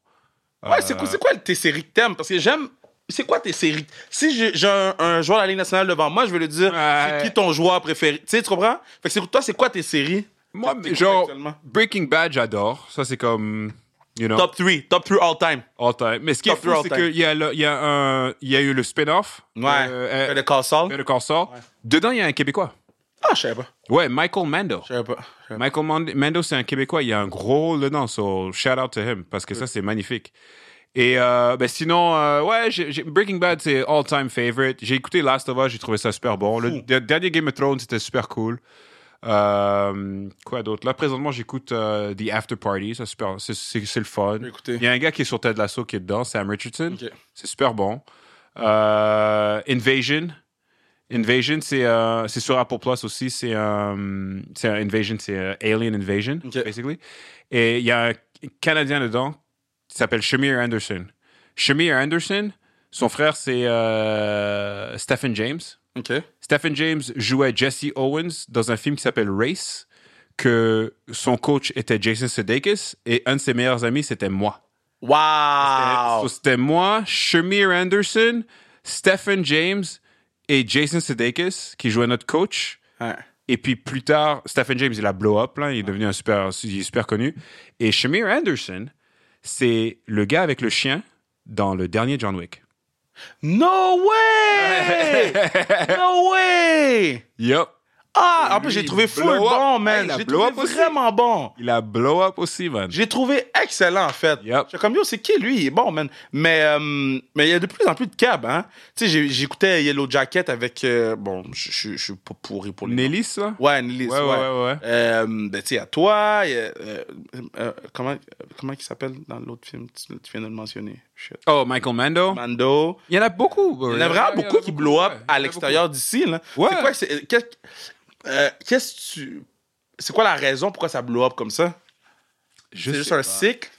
S2: Ouais,
S1: Euh,
S2: c'est quoi, c'est quoi tes séries que t'aimes? Parce que j'aime. C'est quoi tes séries? Si j'ai j'ai un, un joueur de la Ligue nationale devant moi, je vais lui dire
S1: Ouais.
S2: c'est qui ton joueur préféré. Tu sais, tu comprends? Fait que c'est- toi, c'est quoi tes séries?
S1: Moi,
S2: T'écoutes
S1: genre,
S2: actuellement?
S1: Breaking Bad, j'adore. Ça, c'est comme, you know,
S2: Top 3, top 3 all time.
S1: all time. Mais ce qui est
S2: top
S1: fou,
S2: three all
S1: c'est
S2: time.
S1: qu'il y, a le- il y, a un- il y a eu le spin-off.
S2: Ouais.
S1: euh, euh,
S2: le Castle.
S1: Better Call Saul. Dedans, il y a un Québécois.
S2: Ah, je savais pas.
S1: Ouais, Michael Mando.
S2: Je savais pas. Je savais pas.
S1: Michael Mand- Mando, c'est un Québécois. Il y a un gros rôle dedans. So, shout out to him. Parce que ça, c'est magnifique. Et euh, ben sinon, euh, ouais, j'ai- j'ai- Breaking Bad, c'est all-time favorite. J'ai écouté Last of Us, j'ai trouvé ça super bon. Le,
S2: Fou.
S1: de- dernier Game of Thrones, c'était super cool. Euh, quoi d'autre? Là, présentement, j'écoute euh, The After Party. Ça, super- c'est- C'est c'est le fun.
S2: Je vais écouter.
S1: Il y a un gars qui est sur Ted Lasso qui est dedans, Sam Richardson.
S2: Ok.
S1: C'est super bon. Euh, Invasion. Invasion, c'est euh, c'est sur Apple Plus aussi. C'est euh, c'est un Invasion, c'est euh, Alien Invasion,
S2: Ok.
S1: basically. Et il y a un Canadien dedans qui s'appelle Shamir Anderson. Shamir Anderson, son frère, c'est euh, Stephen James.
S2: Ok.
S1: Stephen James jouait Jesse Owens dans un film qui s'appelle Race, que son coach était Jason Sudeikis et un de ses meilleurs amis, c'était moi.
S2: Wow!
S1: So, C'était moi, Shamir Anderson, Stephen James et Jason Sudeikis qui jouaient notre coach.
S2: Ouais.
S1: Et puis plus tard, Stephen James, il a blow up, là, il est devenu un super, il est super connu. Et Shamir Anderson, c'est le gars avec le chien dans le dernier John Wick.
S2: No way! no way!
S1: Yup.
S2: Ah, en
S1: Lui,
S2: plus, j'ai
S1: il
S2: trouvé
S1: blow
S2: full
S1: up.
S2: bon,
S1: Hey,
S2: man.
S1: il a
S2: J'ai
S1: blow
S2: trouvé
S1: up aussi.
S2: vraiment bon.
S1: Il a blow up aussi, man.
S2: J'ai trouvé excellent, en fait.
S1: Yep.
S2: J'étais comme, yo, c'est qui lui? Il est bon, man. Mais euh, mais il y a de plus en plus de cabs, hein. Tu sais, j'ai- j'écoutais Yellow Jacket avec. euh, bon, je je- je suis pas pourri pour les. noms.
S1: Nélis, là?
S2: Ouais, Nellis.
S1: Ouais, ouais, ouais, ouais.
S2: Euh, ben, tu sais, à toi, il y a, euh, euh, comment, euh, comment il s'appelle dans l'autre film que tu, tu viens de le mentionner? Shit.
S1: Oh, Michael Mando.
S2: Mando.
S1: Il y en a beaucoup.
S2: Il y en a vraiment beaucoup qui blow up
S1: ouais. Il y en
S2: à
S1: a
S2: l'extérieur d'ici. là.
S1: Ouais.
S2: C'est quoi, que c'est- qu'est-ce euh, qu'est-ce que tu. C'est quoi la raison pourquoi ça blow up comme ça?
S1: beaucoup. Je
S2: C'est
S1: sais
S2: juste
S1: pas.
S2: un cycle?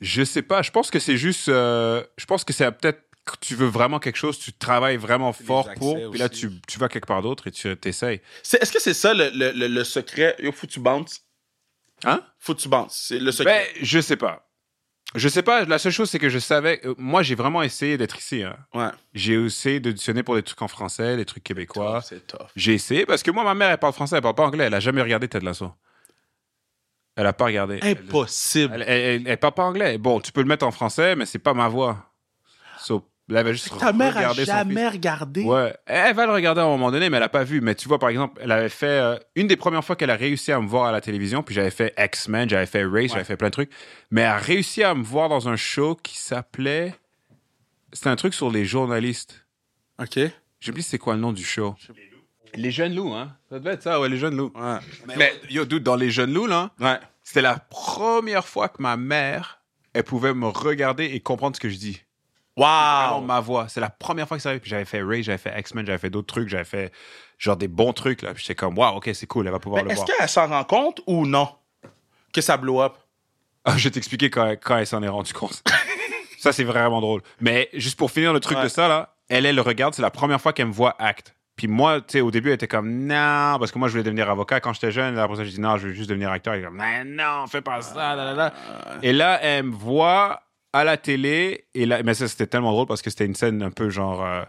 S1: Je sais pas. Je pense que c'est juste. euh, je pense que c'est peut-être que tu veux vraiment quelque chose, tu travailles vraiment fort
S2: accès
S1: pour, puis là
S2: aussi.
S1: tu, tu vas quelque part d'autre et tu t'essayes.
S2: C'est- Est-ce que c'est ça le, le, le, le secret? Yo, faut que tu bounces.
S1: Hein?
S2: Faut que tu bounces. C'est le
S1: Ben,
S2: secret.
S1: je sais pas. Je sais pas. La seule chose, c'est que je savais. euh, moi, j'ai vraiment essayé d'être ici. hein.
S2: ouais.
S1: J'ai essayé d'auditionner pour des trucs en français, des trucs québécois.
S2: C'est tough.
S1: J'ai essayé parce que moi, ma mère, elle parle français, elle parle pas anglais. Elle a jamais regardé Ted Lasso. Elle a pas regardé. Elle-
S2: Impossible.
S1: Elle, elle, elle- elle parle pas anglais. Bon, tu peux le mettre en français, mais c'est pas ma voix. So, là, elle va juste
S2: Ta mère a
S1: regarder son fils.
S2: jamais regardé.
S1: Ouais, elle elle va le regarder à un moment donné, mais elle a pas vu. Mais tu vois, par exemple, elle avait fait euh, une des premières fois qu'elle a réussi à me voir à la télévision. Puis j'avais fait X-Men, j'avais fait Race, j'avais fait plein de trucs. Mais elle a réussi à me voir dans un show qui s'appelait. C'était un truc sur les journalistes.
S2: OK. Ouais.
S1: J'oublie c'est quoi le nom du show. Les jeunes loups, hein. Ça devait être ça, ouais, les jeunes loups.
S2: Ouais.
S1: Mais, yo, dude, dans les jeunes loups, là, c'était la première fois que ma mère, elle pouvait me regarder et comprendre ce que je dis vraiment
S2: Wow.
S1: ma voix. C'est la première fois que ça arrive. Puis j'avais fait Ray, j'avais fait X-Men, j'avais fait d'autres trucs, j'avais fait genre des bons trucs là. Puis j'étais comme waouh, ok, c'est cool, elle va pouvoir
S2: Mais
S1: le
S2: est-ce
S1: voir.
S2: qu'elle s'en rend compte ou non? Que ça blow up?
S1: Ah, je vais t'expliquer quand, quand elle s'en est rendue compte. ça c'est vraiment drôle. Mais juste pour finir le truc
S2: Ouais.
S1: de ça là, elle elle regarde, c'est la première fois qu'elle me voit acte. Puis moi, tu sais, au début, elle était comme non, parce que moi je voulais devenir avocat quand j'étais jeune. Là, après ça, j'ai dit non, je veux juste devenir acteur. Elle est comme mais non, fais pas ça. Ah, là, là, là.
S2: Euh,
S1: Et là, elle me voit à la télé. Et là, mais ça, c'était tellement drôle parce que c'était une scène un peu genre. euh,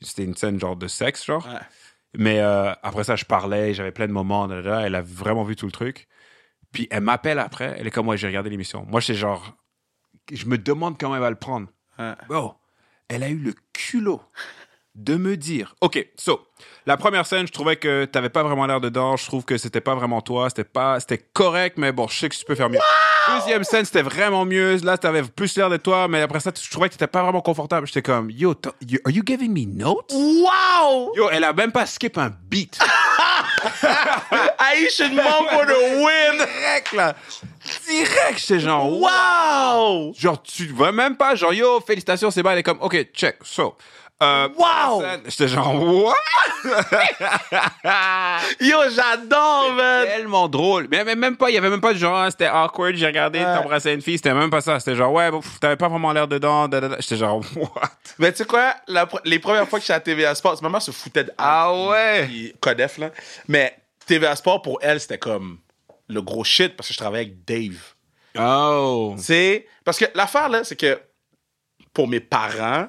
S1: c'était une scène genre de sexe, genre.
S2: Ouais.
S1: Mais euh, après ça, je parlais, j'avais plein de moments. da, da, da. elle a vraiment vu tout le truc. Puis elle m'appelle après. Elle est comme, ouais, j'ai regardé l'émission. Moi, c'est genre. Je me demande comment elle va le prendre.
S2: Ouais.
S1: Bro, elle a eu le culot de me dire. Ok, so, la première scène, je trouvais que t'avais pas vraiment l'air dedans. Je trouve que c'était pas vraiment toi. C'était pas, c'était correct, mais bon, je sais que tu peux faire mieux. Deuxième scène, c'était vraiment mieux. Là, t'avais plus l'air de toi, mais après ça, tu- je trouvais que t'étais pas vraiment confortable. J'étais comme, yo, t'as- you- are you giving me notes?
S2: Wow!
S1: Yo, elle a même pas skip un beat.
S2: Haitian mom for the win!
S1: Direct, là. Direct, j'étais genre, wow.
S2: Wow!
S1: Genre, tu vois même pas, genre, yo, félicitations, c'est bon, elle est comme, ok, check, so. Euh,
S2: Wow!
S1: J'étais genre, what?
S2: Yo, j'adore, man!
S1: Tellement drôle. Mais, mais même pas, il y avait même pas de genre, ah, c'était awkward, j'ai regardé,
S2: Ouais.
S1: t'embrassais une fille, c'était même pas ça. C'était genre, ouais, bon, pff, t'avais pas vraiment l'air dedans. da, da, da. J'étais genre, what?
S2: Mais tu sais quoi, la pre- les premières fois que j'étais à TVA Sport, ma mère se foutait de
S1: Ah ouais?
S2: puis Codef, là. Mais TVA Sport, pour elle, c'était comme le gros shit parce que je travaillais avec Dave.
S1: Oh.
S2: Tu sais, parce que l'affaire, là, c'est que pour mes parents,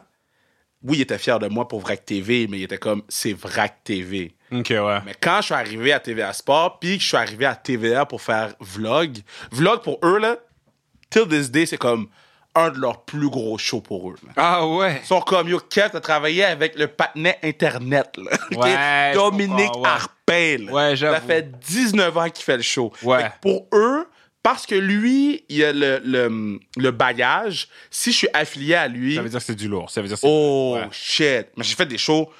S2: oui, ils étaient fiers de moi pour Vrac TV, mais ils étaient comme, c'est Vrac TV.
S1: Ok, ouais.
S2: Mais quand je suis arrivé à TVA Sport, puis que je suis arrivé à TVA pour faire vlog, vlog pour eux, là, till this day, c'est comme un de leurs plus gros shows pour eux. là.
S1: Ah ouais.
S2: Ils sont comme Yo Kev, t'as travaillé avec le patinet Internet, là. OK?
S1: Ouais, je
S2: Dominique
S1: comprends, ouais.
S2: Harpin, là.
S1: Ouais, j'avoue.
S2: Ça fait 19 ans qu'il fait le show.
S1: Ouais.
S2: Fait que pour eux, parce que lui, il a le, le, le bagage, si je suis affilié à lui,
S1: Ça veut dire que c'est du lourd. Ça veut dire que c'est-
S2: Oh
S1: Ouais.
S2: shit! Mais j'ai fait des shows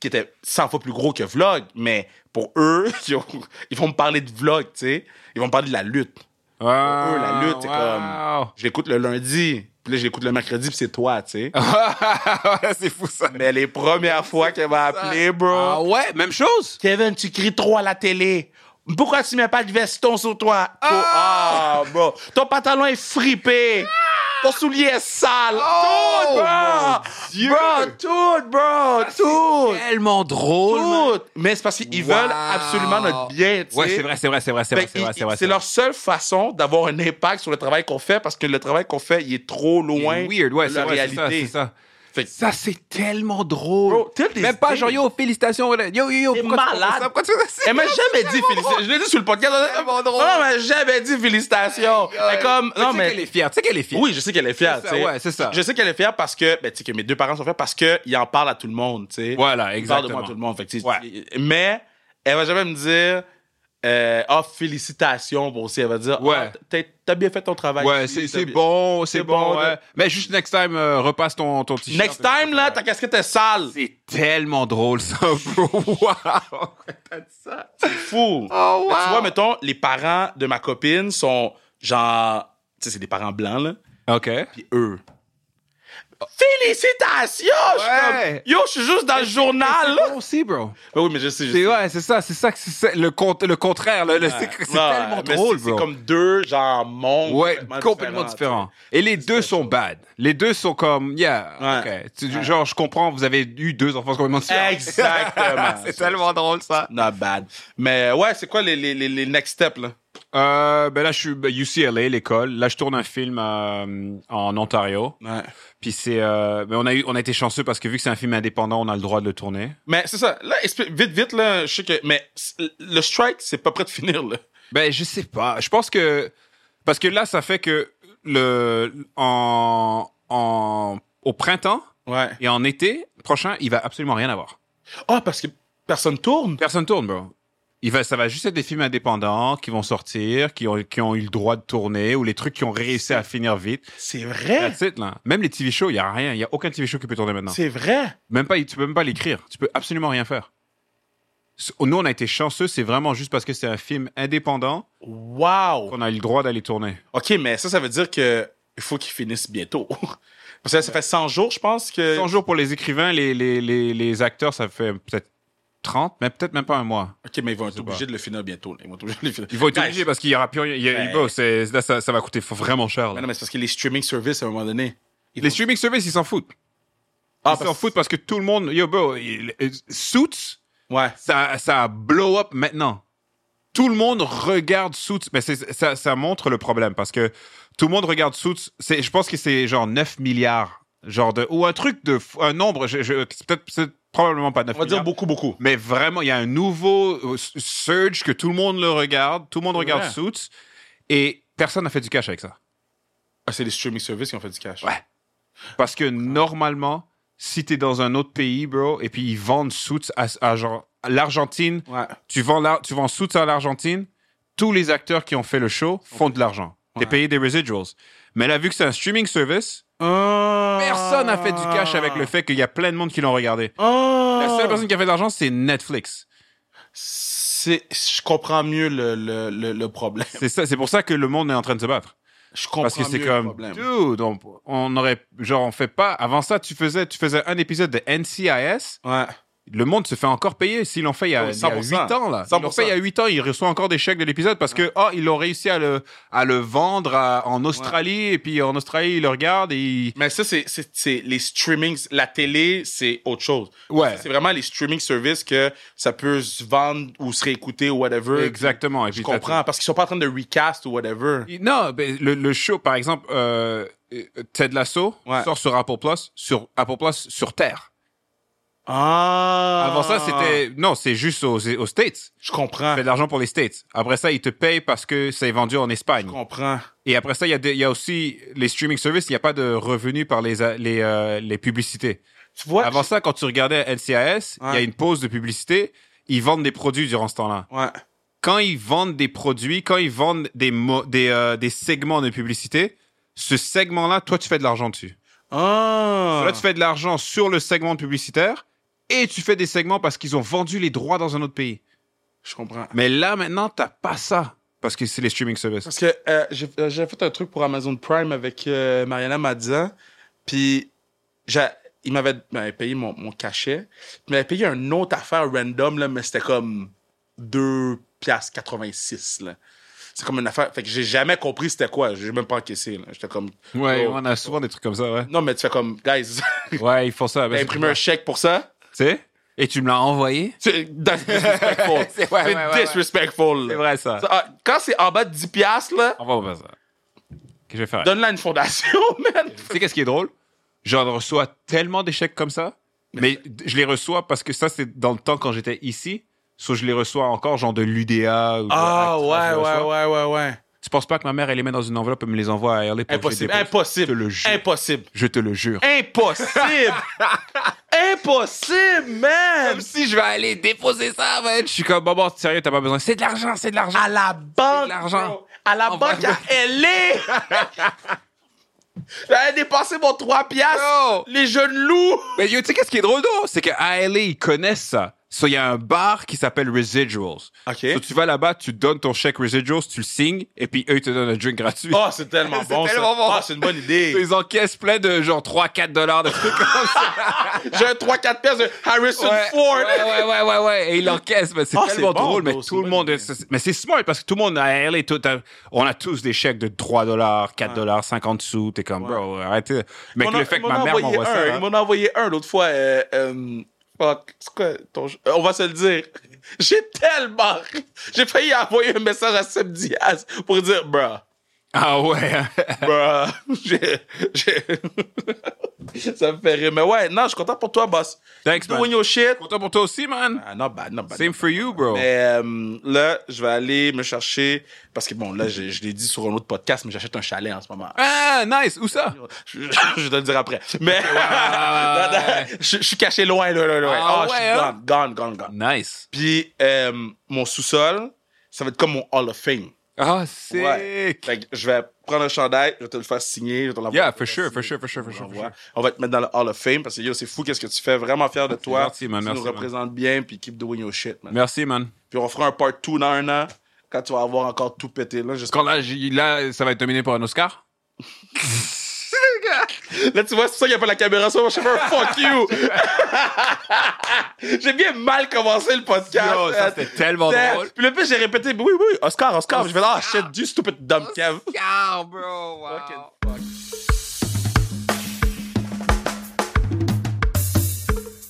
S2: qui étaient 100 fois plus gros que Vlog, mais pour eux, ils ont- ils vont me parler de Vlog, tu sais. Ils vont me parler de la lutte.
S1: Oh,
S2: Pour eux, la lutte, c'est
S1: Wow.
S2: comme. Je l'écoute le lundi, puis là, je l'écoute le mercredi, puis c'est toi, tu sais.
S1: Ouais, c'est fou ça.
S2: mais les premières fois qu'elle m'a appelé, bro.
S1: Ah ouais, même chose.
S2: Kevin, tu cries trop à la télé. Pourquoi tu mets pas de veston sur toi? Ah, bon. Ton pantalon est fripé. Ton soulier est sale.
S1: Ah! Oh,
S2: tout, bro.
S1: mon Dieu. Ah,
S2: Bro, tout, bro, tout.
S1: Tellement drôle. man.
S2: Tout. Mais c'est parce qu'ils
S1: Wow.
S2: veulent absolument notre bien, tu
S1: Ouais,
S2: sais.
S1: c'est vrai, c'est vrai, c'est vrai, c'est
S2: Fait
S1: vrai, c'est vrai,
S2: qu'ils-
S1: c'est vrai.
S2: Ben, C'est leur seule façon d'avoir un impact sur le travail qu'on fait parce que le travail qu'on fait, il est trop loin
S1: C'est weird, ouais,
S2: de
S1: c'est
S2: la
S1: vrai, c'est ça,
S2: réalité.
S1: c'est ça.
S2: Fait que-
S1: Ça, c'est tellement drôle.
S2: Bro, till this
S1: Même pas
S2: day.
S1: genre, yo, félicitations. Yo, yo, yo,
S2: T'es
S1: pourquoi tu fais
S2: malade. Eh,
S1: ça? Pourquoi tu fais ça?
S2: Elle m'a jamais dit félicitations.
S1: drôle.
S2: Je l'ai dit sur le podcast.
S1: Tellement
S2: Non,
S1: drôle.
S2: elle m'a jamais dit félicitations. Elle est comme,
S1: Tu
S2: non,
S1: sais
S2: mais.
S1: qu'elle est fière, tu sais qu'elle est fière.
S2: Oui, je sais qu'elle est fière.
S1: C'est ça,
S2: tu sais.
S1: ouais, c'est ça.
S2: Je sais qu'elle est fière parce que, ben, tu sais, que mes deux parents sont fiers parce qu'ils en parlent à tout le monde, tu sais.
S1: Voilà,
S2: Ils parlent de
S1: exactement.
S2: moi à tout le monde. fait que, tu sais,
S1: Ouais.
S2: Mais elle va jamais me dire, euh, ah, félicitations pour aussi. Elle va dire,
S1: Ouais.
S2: Ah, t'as- t'as bien fait ton travail.
S1: Ouais,
S2: ici,
S1: c'est
S2: t'as
S1: c'est
S2: bien-
S1: bon, c'est
S2: C'est bon,
S1: bon. ouais.
S2: de-
S1: Mais juste next time, euh, repasse ton ton t-shirt.
S2: Next time, là, ta casquette est sale.
S1: C'est tellement drôle ça, bro. Wow.
S2: C'est fou.
S1: Oh,
S2: Mais Tu
S1: wow.
S2: vois, mettons, les parents de ma copine sont genre, tu sais, c'est des parents blancs, là.
S1: Ok.
S2: Puis eux. Félicitations! Je suis
S1: Ouais.
S2: comme, yo, je suis juste dans le journal.
S1: C'est bon aussi, bro.
S2: Ben oui, mais je sais, je sais.
S1: C'est ouais, c'est ça, c'est ça que c'est ça, le cont- le contraire. le- le- c'est c'est
S2: Ouais,
S1: tellement
S2: mais
S1: drôle,
S2: c'est-
S1: bro.
S2: C'est comme deux genre mondes.
S1: Ouais, complètement différent. Et les deux sont bad. Les deux sont comme, yeah,
S2: Ouais.
S1: ok. Tu- Genre, je comprends, vous avez eu deux enfants complètement différents.
S2: Exactement.
S1: c'est tellement drôle, ça.
S2: Not bad. Mais ouais, c'est quoi les, les, les, les next steps, là?
S1: Euh, ben là, je suis ben, UCLA, l'école. Là, je tourne un film euh, en Ontario.
S2: Ouais.
S1: Puis c'est, euh, mais on a eu, on a été chanceux parce que vu que c'est un film indépendant, on a le droit de le tourner.
S2: Mais c'est ça. Là, explique- vite, vite, là, je sais que... Mais c- le strike, c'est pas prêt de finir, là.
S1: Ben, je sais pas. Je pense que. Parce que là, ça fait que le. En. en au printemps
S2: Ouais.
S1: et en été prochain, il va absolument rien avoir.
S2: Ah, parce que personne tourne?
S1: Personne tourne, bro. Il va, ça va juste être des films indépendants qui vont sortir, qui ont, qui ont eu le droit de tourner ou les trucs qui ont réussi à finir vite.
S2: C'est vrai?
S1: That's it, là. Même les TV shows, il n'y a rien. Il n'y a aucun TV show qui peut tourner maintenant.
S2: C'est vrai?
S1: Même pas, tu peux même pas l'écrire. Tu peux absolument rien faire. S- Nous, on a été chanceux. C'est vraiment juste parce que c'est un film indépendant
S2: Wow!
S1: qu'on a eu le droit d'aller tourner.
S2: OK, mais ça, ça veut dire que il faut qu'ils finissent bientôt. Parce que là, ça fait 100 jours, je pense, que...
S1: 100 jours pour les écrivains, les, les, les, les acteurs, ça fait peut-être 30, mais peut-être même pas un mois.
S2: OK, mais ils vont être
S1: sais pas.
S2: obligés de le finir bientôt. là. Ils vont être obligés de le finir.
S1: Ils vont être
S2: Guys,
S1: obligés parce qu'il y aura plus rien. il y a-
S2: Ouais.
S1: bro, c'est- là, ça, ça va coûter vraiment cher.
S2: Mais
S1: là.
S2: non, mais c'est parce que les streaming services, à un moment donné. ils
S1: Les
S2: vont-
S1: streaming services, ils s'en foutent.
S2: Ah,
S1: ils s'en
S2: parce-
S1: foutent parce que tout le monde. Yo, bro, il- il- Suits,
S2: Ouais.
S1: ça, ça blow up maintenant. Tout le monde regarde Suits. Mais c'est- ça, ça montre le problème parce que tout le monde regarde Suits. C'est- Je pense que c'est genre 9 milliards. Genre de, ou un truc de. f- Un nombre. je- je- c'est peut-être- C'est probablement pas 9
S2: On va dire
S1: milliards.
S2: beaucoup, beaucoup.
S1: Mais vraiment, il y a un nouveau euh, s- surge que tout le monde le regarde, tout le monde regarde
S2: vrai.
S1: Suits, et personne n'a fait du cash avec ça.
S2: Ah, c'est les streaming services qui ont fait du cash.
S1: Ouais. Parce que normalement, si t'es dans un autre pays, bro, et puis ils vendent Suits à, à genre à l'Argentine,
S2: Ouais.
S1: tu vends, la- tu vends Suits à l'Argentine, tous les acteurs qui ont fait le show font de l'argent. T'es
S2: Ouais.
S1: payé des residuals. Mais là, vu que c'est un streaming service,
S2: Ah.
S1: personne n'a fait du cash avec le fait qu'il y a plein de monde qui l'ont regardé.
S2: Ah.
S1: La seule personne qui a fait de l'argent, c'est Netflix.
S2: C'est... Je comprends mieux le, le, le, le problème.
S1: C'est ça, c'est pour ça que le monde est en train de se battre.
S2: Je comprends
S1: Parce que c'est
S2: mieux le
S1: comme,
S2: problème.
S1: dude, on, on aurait, genre, on fait pas. Avant ça, tu faisais, tu faisais un épisode de NCIS.
S2: Ouais.
S1: Le monde se fait encore payer. S'ils l'ont fait il y a,
S2: Ouais,
S1: il y a
S2: 100%.
S1: 8 ans, là. Ils l'ont
S2: 100%.
S1: fait il y a 8 ans, ils reçoivent encore des chèques de l'épisode parce que, oh, ils ont réussi à le, à le vendre à- en Australie. Et puis, en Australie, ils le regardent et ils-
S2: Mais ça, c'est- c'est c'est les streamings. La télé, c'est autre chose.
S1: Ouais.
S2: C'est vraiment les streaming services que ça peut se vendre ou se réécouter ou whatever.
S1: Exactement. Et
S2: Je
S1: puis, t'as-
S2: comprends, parce qu'ils sont pas en train de recast ou whatever.
S1: Non, ben, le, le show, par exemple, euh, euh, Ted Lasso
S2: Ouais.
S1: sort sur Apple Plus, sur Apple Plus sur Terre.
S2: Ah!
S1: Avant ça, c'était non, c'est juste aux, aux States.
S2: Je comprends.
S1: Fait de l'argent pour les States. Après ça, ils te payent parce que c'est vendu en
S2: Je
S1: Espagne.
S2: comprends.
S1: Et après ça, il y, a des- il y a aussi les streaming services. Il n'y a pas de revenus par les a- les, euh, les publicités.
S2: Tu vois?
S1: Avant ça, quand tu regardais LCAS, il y a
S2: Ouais.
S1: une pause de publicité. Ils vendent des produits durant ce temps-là.
S2: Ouais.
S1: quand ils vendent des produits, quand ils vendent des, mo- des, euh, des segments de publicité, ce segment-là, toi, tu fais de l'argent dessus.
S2: Ah!
S1: Là, tu fais de l'argent sur le segment publicitaire et tu fais des segments parce qu'ils ont vendu les droits dans un autre pays.
S2: Je comprends.
S1: Mais là, maintenant, t'as pas ça parce que c'est les streaming services.
S2: Parce que euh, j'ai euh, j'avais fait un truc pour Amazon Prime avec euh, Mariana Mazza, puis j'a- il m'avait m'avait payé mon, mon cachet, puis il m'avait payé une autre affaire random, là, mais c'était comme 2,86$. là. C'est comme une affaire. Fait que j'ai jamais compris c'était quoi. J'ai même pas encaissé. là. J'étais comme.
S1: Ouais,
S2: Oh.
S1: on a souvent des trucs comme ça, ouais.
S2: Non, mais tu fais comme. Guys,
S1: Ouais, ils font ça.
S2: t'as
S1: ben,
S2: imprimé un
S1: Tu
S2: chèque pour ça?
S1: sais Et tu me l'as envoyé
S2: C'est that's disrespectful.
S1: C'est- ouais, ouais, ouais, ouais.
S2: C'est disrespectful.
S1: C'est vrai, ça.
S2: Ça, ah, Quand c'est en bas de 10$, là,
S1: On va pas faire ça. Qu'est-ce que je vais faire
S2: donne-la une fondation, man.
S1: Tu sais qu'est-ce qui est drôle? J'en reçois tellement d'échecs comme ça, mais d- je les reçois parce que ça, c'est dans le temps quand j'étais ici. Soit je les reçois encore, genre de l'UDA. ou de
S2: Ah,
S1: Actra, je les
S2: ouais,
S1: reçois.
S2: ouais, ouais, ouais, ouais.
S1: Tu penses pas que ma mère, elle les met dans une enveloppe et me les envoie à Airley pour que
S2: Impossible,
S1: je les dépose?
S2: impossible.
S1: Je te le jure.
S2: Impossible.
S1: Je te le jure.
S2: Impossible. impossible, man.
S1: Comme si je vais aller déposer ça, man. Je suis comme, bon, bon, sérieux, t'as pas besoin. C'est de l'argent, c'est de l'argent.
S2: À la banque.
S1: l'argent.
S2: bro. À la
S1: On va-
S2: banque à LA. J'avais dépensé mon 3
S1: Yo.
S2: piastres. Les jeunes loups.
S1: Mais yo, tu sais qu'est-ce qui est drôle, non? C'est qu'à Airley, ils connaissent ça. So, il y a un bar qui s'appelle Residuals.
S2: OK.
S1: So, tu vas là-bas, tu donnes ton chèque Residuals, tu le signes, et puis eux, ils te donnent un drink gratuit.
S2: Oh, c'est tellement
S1: C'est
S2: bon. ça.
S1: tellement bon.
S2: Ah, c'est une bonne idée.
S1: Ils encaissent plein de genre 3-4 dollars de trucs comme ça.
S2: J'ai un 3-4 piastres de Harrison
S1: Ouais,
S2: Ford.
S1: ouais, ouais, ouais, ouais, ouais. Et ils l'encaissent. mais C'est
S2: Ah,
S1: tellement
S2: c'est bon,
S1: drôle, mais
S2: bro, c'est
S1: tout le
S2: une
S1: monde.
S2: bonne
S1: c'est- Mais c'est smart parce que tout le monde à LA, tout, à- on a tous des chèques de 3 dollars, 4 dollars, 50 sous. T'es comme,
S2: Ah. Ouais.
S1: bro, arrêtez. Mais que
S2: Il m'en a-
S1: le fait
S2: il
S1: que
S2: m'en
S1: ma
S2: a
S1: mère
S2: envoyé
S1: m'envoie ça.
S2: un,
S1: hein.
S2: Il m'en a envoyé un l'autre fois. euh, euh, fuck, c'est quoi ton jeu? Euh, On va se le dire. J'ai tellement ri. J'ai failli envoyer un message à Seb Diaz pour dire, bruh,
S1: Ah ouais. hein.
S2: bruh, j'ai, j'ai- ça me fait rire. Mais ouais, non, je suis content pour toi, boss.
S1: Thanks, man.
S2: Doing your shit.
S1: Content pour toi aussi, man.
S2: Ah, not bad, not bad.
S1: Same for you, bro.
S2: Mais euh, là, je vais aller me chercher, parce que bon, là, je, je l'ai dit sur un autre podcast, mais j'achète un chalet en ce moment.
S1: Ah, nice. Où ça?
S2: Je, je vais te le dire après. Mais
S1: ouais, ouais.
S2: Non, non, je, je suis caché loin, là, là, là.
S1: Ah
S2: Ah, je suis
S1: ouais, hein?
S2: gone, gone, gone, gone.
S1: Nice.
S2: Puis euh, mon sous-sol, ça va être comme mon Hall of Fame.
S1: Ah, sick.
S2: Ouais. Fait que je vais prendre un chandail, je vais te le faire signer, je vais te l'envoyer.
S1: Yeah,
S2: Je vais
S1: for
S2: te
S1: sure,
S2: le
S1: for
S2: faire
S1: sure, for sure, for
S2: signer,
S1: sure.
S2: on
S1: for
S2: l'envoie.
S1: sure.
S2: On va te mettre dans le Hall of Fame parce que yo, c'est fou qu'est-ce que tu fais. Vraiment fier de toi.
S1: Merci, man,
S2: Tu
S1: merci,
S2: nous
S1: man.
S2: représentes bien, puis keep doing your shit, man.
S1: Merci, man.
S2: Puis on fera un part 2 dans un an quand tu vas avoir encore tout pété. Là, j'espère-
S1: Quand là, j'ai- là, ça va être nominé pour un Oscar?
S2: Là, tu vois, c'est pour ça qu'il n'y a pas la caméra sur moi. Je fais un fuck you. j'ai bien mal commencé le podcast.
S1: Yo, ça, c'était tellement
S2: Euh,
S1: drôle. Ah.
S2: Puis le pire, j'ai répété, oui, oui, Oscar, Oscar. Je vais là, achète du stupid dumb Kev.
S1: Oscar, bro. wow.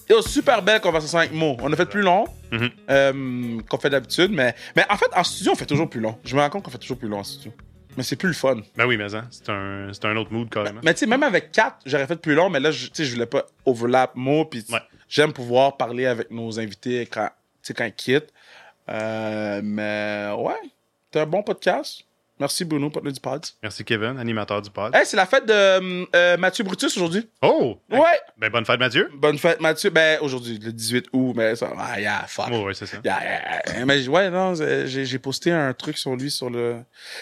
S2: Yo, super belle conversation avec Mo. On a fait plus long
S3: Mhm.
S2: euh, qu'on fait d'habitude, mais, mais en fait, en studio, on fait toujours plus long. Je me rends compte qu'on fait toujours plus long en studio. Mais c'est plus le fun.
S3: Ben oui, mais hein, c'est un, c'est un autre mood carrément.
S2: Mais tu sais, même avec 4, j'aurais fait plus long, mais là, je- tu sais, je voulais pas overlap Mo. Puis tu-
S3: Ouais.
S2: j'aime pouvoir parler avec nos invités quand, tu sais, quand ils quittent. Euh, mais ouais, t'as un bon podcast. Merci Bruno, partenaire du pod.
S3: Merci Kevin, animateur du pod.
S2: Hey, c'est la fête de euh, euh, Mathieu Brutus aujourd'hui.
S3: Oh!
S2: Ouais.
S3: Ben bonne fête Mathieu.
S2: Bonne fête, Mathieu. Ben, aujourd'hui, le 18 août, mais ça. Ah, yeah, fuck.
S3: Oh, ouais, c'est ça.
S2: Yeah, yeah, yeah. Mais ouais, non, c'est- j'ai j'ai posté un truc sur lui, sur le.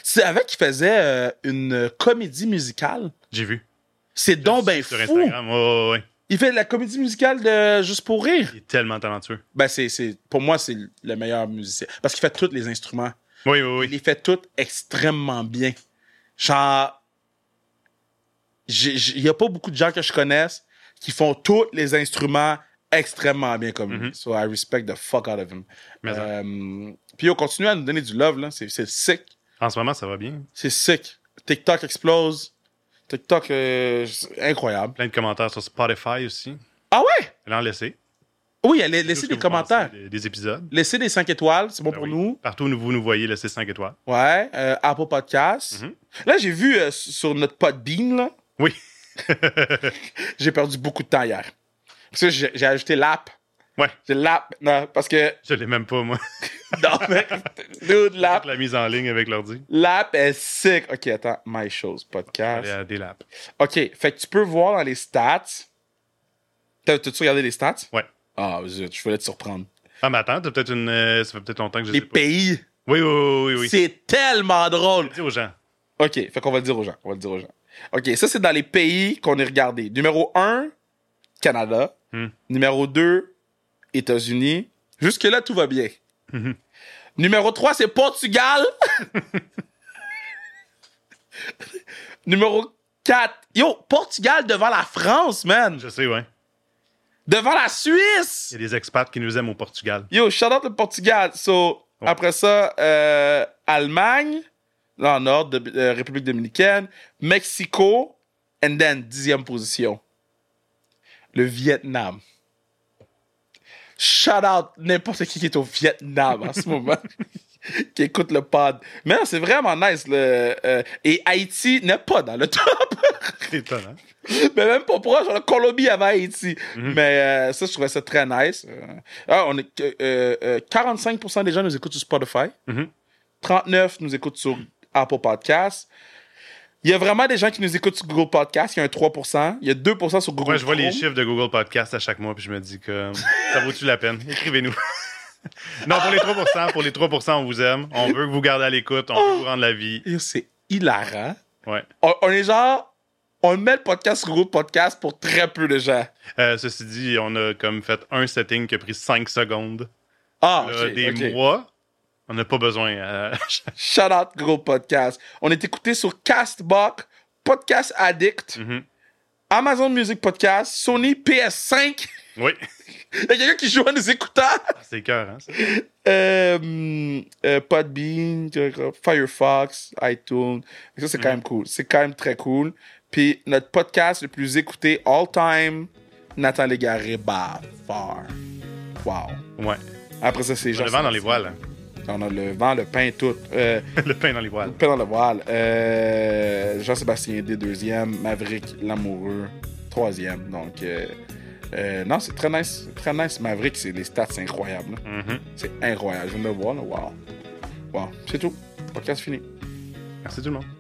S2: C'est avec qu'il faisait euh, une comédie musicale.
S3: J'ai vu.
S2: C'est donc ben
S3: Sur
S2: fou.
S3: Instagram. Oh, ouais.
S2: Il fait de la comédie musicale de Juste pour rire.
S3: Il est tellement talentueux.
S2: Ben, c'est, c'est, pour moi, c'est le meilleur musicien. Parce qu'il fait tous les instruments.
S3: Oui, oui,
S2: Il
S3: oui.
S2: les fait tous extrêmement bien. Genre, il n'y a pas beaucoup de gens que je connaisse qui font tous les instruments extrêmement bien comme lui.
S3: Mhm.
S2: So I respect the fuck out of him.
S3: Mais hein, ça-
S2: Euh, Puis on continue à nous donner du love, là. C'est c'est sick.
S3: En ce moment, ça va bien.
S2: C'est sick. TikTok explose. TikTok, euh, c'est incroyable.
S3: Plein de commentaires sur Spotify aussi.
S2: Ah ouais?
S3: Allez en laisser.
S2: Oui, allez,
S3: Qu'est-ce
S2: laissez
S3: que
S2: des
S3: vous
S2: commentaires.
S3: pensez Des, des épisodes.
S2: Laissez des 5 étoiles, c'est bon
S3: Ben
S2: pour
S3: oui.
S2: nous.
S3: Partout où vous nous voyez, laissez 5 étoiles.
S2: Ouais, euh, Apple Podcast.
S3: Mhm.
S2: Là, j'ai vu euh, sur notre Podbean, là,
S3: Oui.
S2: j'ai perdu beaucoup de temps hier. Parce que j'ai j'ai ajouté l'app.
S3: Ouais.
S2: J'ai l'app maintenant. Parce que,
S3: Je l'ai même pas, moi.
S2: non, mais, dude, l'app,
S3: La mise en ligne avec l'ordi.
S2: l'app est sick. Ok, attends, My Shows Podcast.
S3: Allez à Euh, des laps.
S2: OK, fait que tu peux voir dans les stats. T'as- T'as-tu regardé les stats?
S3: Ouais.
S2: Ah, zut, je voulais te surprendre.
S3: Ah, mais attends, t'as peut-être une. euh, ça fait peut-être longtemps que je
S2: les
S3: sais pas.
S2: pays,
S3: Oui, oui, oui, oui. oui.
S2: c'est tellement drôle.
S3: Dis aux gens.
S2: OK, fait qu'on va le dire aux gens. On va le dire aux gens. OK, ça, c'est dans les pays qu'on est regardé. Numéro 1, Canada.
S3: Hmm.
S2: Numéro 2, États-Unis. Jusque-là, tout va bien.
S3: Mhm.
S2: Numéro 3, c'est Portugal. Numéro 4, yo, Portugal devant la France, man.
S3: Je sais, ouais.
S2: Devant la Suisse.
S3: Il y a des expats qui nous aiment au Portugal.
S2: Yo, shout out le Portugal. So,
S3: Ouais.
S2: après ça, euh, Allemagne, là en ordre, de- euh, République dominicaine, Mexico, and then, dixième position, le Vietnam. Shout out n'importe qui qui est au Vietnam en ce moment, qui écoute le pod. Mais non, c'est vraiment nice. Le, euh, et Haïti n'est pas dans le top.
S3: C'est étonnant.
S2: Mais même pas proche, on a Colombie avant Haïti.
S3: Mhm.
S2: Mais euh, ça, je trouvais ça très nice. Euh, ah, on est, que- euh, euh, 45% des gens nous écoutent sur Spotify.
S3: Mhm.
S2: 39 nous écoutent sur Apple Podcast. Il y a vraiment des gens qui nous écoutent sur Google Podcast. Il y a un 3%. Il y a 2% sur Google
S3: Moi, je vois les
S2: Chrome.
S3: chiffres de Google Podcast à chaque mois, puis je me dis que ça vaut-tu la peine? Écrivez-nous. non, pour les 3 pour les 3 on vous aime. On veut que vous gardez à l'écoute. On veut vous rendre la vie.
S2: Et C'est hilarant.
S3: Ouais.
S2: On, on est genre... On met le podcast sur Google Podcast pour très peu de gens.
S3: Euh, ceci dit, on a comme fait un setting qui a pris 5 secondes.
S2: Ah,
S3: Là,
S2: ok,
S3: des
S2: ok.
S3: mois, on n'a pas besoin. euh,
S2: Shout out Google Podcast. On est écouté sur Castbox, Podcast Addict,
S3: Mhm.
S2: Amazon Music Podcast, Sony PS5.
S3: Oui,
S2: Il y a quelqu'un qui joue à nos écouteurs.
S3: c'est cœur. Hein, ça.
S2: Euh, euh, Podbean, Firefox, iTunes. Et ça, c'est
S3: Mhm.
S2: quand même cool. C'est quand même très cool. Puis notre podcast le plus écouté all time, Nathan Légaré, by far. Wow.
S3: Ouais.
S2: Après ça, c'est
S3: On a
S2: genre.
S3: le vent dans les voiles. hein.
S2: On a le vent, le pain, tout. Euh,
S3: le pain dans les voiles.
S2: Pain dans le voile. Euh, Jean-Sébastien D, deuxième. Maverick, l'amoureux, troisième. Donc, euh, euh, non, c'est très nice. Très nice. Maverick, c'est les stats, c'est incroyable. là.
S3: Mhm.
S2: C'est incroyable. Je viens de le voir, là. Wow. Wow. C'est tout. Podcast fini.
S3: Merci tout le monde.